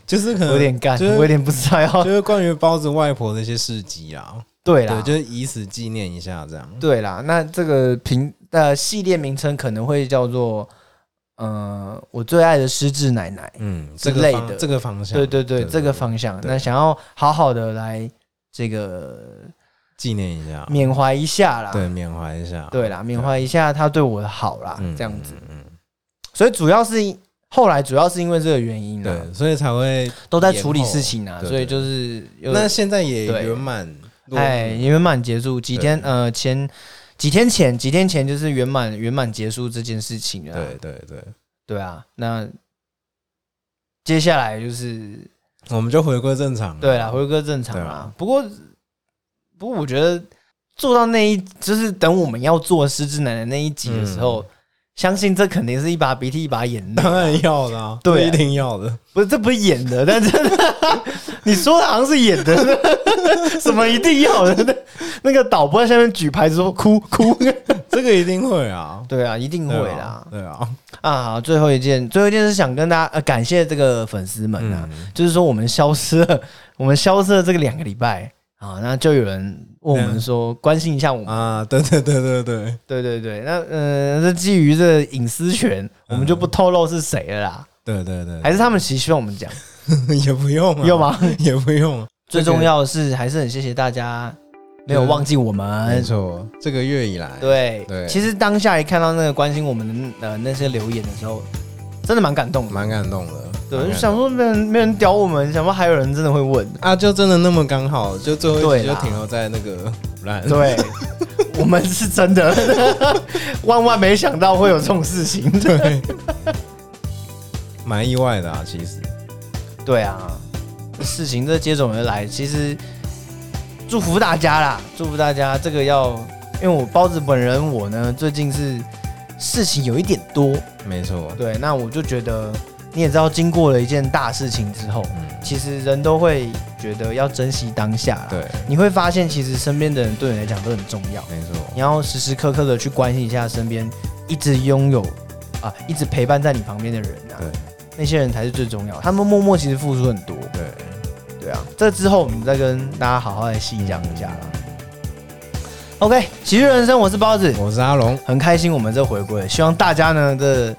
Speaker 2: 就是可
Speaker 1: 我
Speaker 2: 能
Speaker 1: 有点干，
Speaker 2: 就是
Speaker 1: 我有点不知道要
Speaker 2: 就是关于包子外婆的一些事迹啊，
Speaker 1: 对
Speaker 2: 对，
Speaker 1: 啦，
Speaker 2: 就是以此纪念一下这样。
Speaker 1: 对啦。那这个频呃系列名称可能会叫做呃我最爱的失智奶奶，
Speaker 2: 嗯，
Speaker 1: 之
Speaker 2: 这个
Speaker 1: 类
Speaker 2: 方
Speaker 1: 的
Speaker 2: 这个方向，
Speaker 1: 对对对，这个方向。
Speaker 2: 对
Speaker 1: 那想要好好的来这个
Speaker 2: 纪念一下，
Speaker 1: 缅怀一下啦，
Speaker 2: 对，缅怀一下，
Speaker 1: 嗯对啦，缅怀一下她对我的好啦
Speaker 2: 嗯，，
Speaker 1: 这样子。
Speaker 2: 嗯，嗯
Speaker 1: 所以主要是因后来主要是因为这个原因
Speaker 2: 嗯
Speaker 1: 啦。
Speaker 2: 对，所以才会。
Speaker 1: 都在处理事情啊，
Speaker 2: 延后
Speaker 1: 所以就是又
Speaker 2: 那现在也
Speaker 1: 对
Speaker 2: 圆满落幕，
Speaker 1: 哎圆满结束几天呃前几天前几天前就是圆满圆满结束这件事情啊，
Speaker 2: 对对对，
Speaker 1: 对啊，那接下来就是
Speaker 2: 我们就回归正常。
Speaker 1: 对啦，，回归正常
Speaker 2: 对
Speaker 1: 啦
Speaker 2: 啊。
Speaker 1: 不过不过我觉得做到那一就是等我们要做失智奶奶那一集的时
Speaker 2: 嗯
Speaker 1: 候，相信这肯定是一把鼻涕一把眼泪啊，
Speaker 2: 当然要的啊，
Speaker 1: 对
Speaker 2: 这一定要的。
Speaker 1: 不是，这不是演的， 但真的，你说的好像是演的， 什么一定要的？ 那那个导播在下面举牌子说哭哭，
Speaker 2: 这个一定会啊，
Speaker 1: 对 啊，一定会啦。
Speaker 2: 对啊，
Speaker 1: 啊，好，最后一件，最后一件是想跟大家呃感谢这个粉丝们
Speaker 2: 对
Speaker 1: 啊
Speaker 2: 啊，，
Speaker 1: 就是说我们消失了，我们消失了这个两个礼拜啊，那就有人问我们说、关心一下我
Speaker 2: 嗯
Speaker 1: 们，
Speaker 2: 啊，对对对对对，
Speaker 1: 对对对，那呃，这基于这隐私
Speaker 2: 嗯
Speaker 1: 权，我们就不透露是谁了啦，
Speaker 2: 对对对，
Speaker 1: 还是他们其实希望我们 讲，
Speaker 2: 也不用啊，
Speaker 1: 有吗？
Speaker 2: 也不用啊，
Speaker 1: 最重要的是，还是很谢谢大家没有忘记我
Speaker 2: 没
Speaker 1: 们。
Speaker 2: 错，这个月以来，
Speaker 1: 哎对，
Speaker 2: 对
Speaker 1: 其实当下一看到那个关心我们的呃那些留言的时候，真的蛮感动的。
Speaker 2: 蛮感动的。蛮
Speaker 1: 对，
Speaker 2: 感
Speaker 1: 就
Speaker 2: 动
Speaker 1: 想说没人没人屌我们，想说还有人真的会问。
Speaker 2: 啊，就真的那么刚好，就最后一
Speaker 1: 对
Speaker 2: 集
Speaker 1: 啦
Speaker 2: 就停留在 那个腐烂，
Speaker 1: 对，我们是真的， 万万没想到会有这种事情。
Speaker 2: 对，蛮意外的啊，其实，
Speaker 1: 对啊，事情这接踵而来，其实祝福大家啦，祝福大家。这个要，因为我包子本人我呢，最近是事情有一点多，
Speaker 2: 没错，
Speaker 1: 对，那我就觉得你也知道，经过了一件大事情之后，
Speaker 2: 嗯，
Speaker 1: 其实人都会觉得要珍惜当下啦。
Speaker 2: 对，
Speaker 1: 你会发现其实身边的人对你来讲都很重要，
Speaker 2: 没
Speaker 1: 你
Speaker 2: 错，
Speaker 1: 要时时刻刻的去关心一下身边一直拥有啊，一直陪伴在你旁边的人啊，
Speaker 2: 对
Speaker 1: 那些人才是最重要。他们默默其实付出很多，
Speaker 2: 对，
Speaker 1: 对啊。这之后我们再跟大家好好的细讲一下啦。OK，喜剧人生，我是包子，
Speaker 2: 我是阿龙，
Speaker 1: 很开心我们这回归，希望大家呢这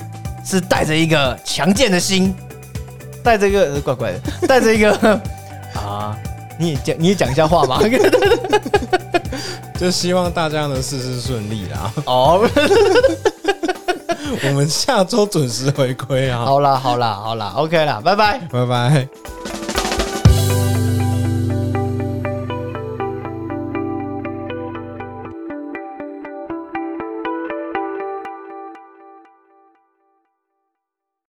Speaker 1: 是带着一个强健的心，带着一个呃怪怪 的，带着一个啊，你也讲你也讲一下话吧。
Speaker 2: 就希望大家能事事顺利啦，
Speaker 1: 哦，
Speaker 2: 我们下周准时回归啊，
Speaker 1: 好啦好啦好啦，OK 啦，拜拜。
Speaker 2: 拜拜。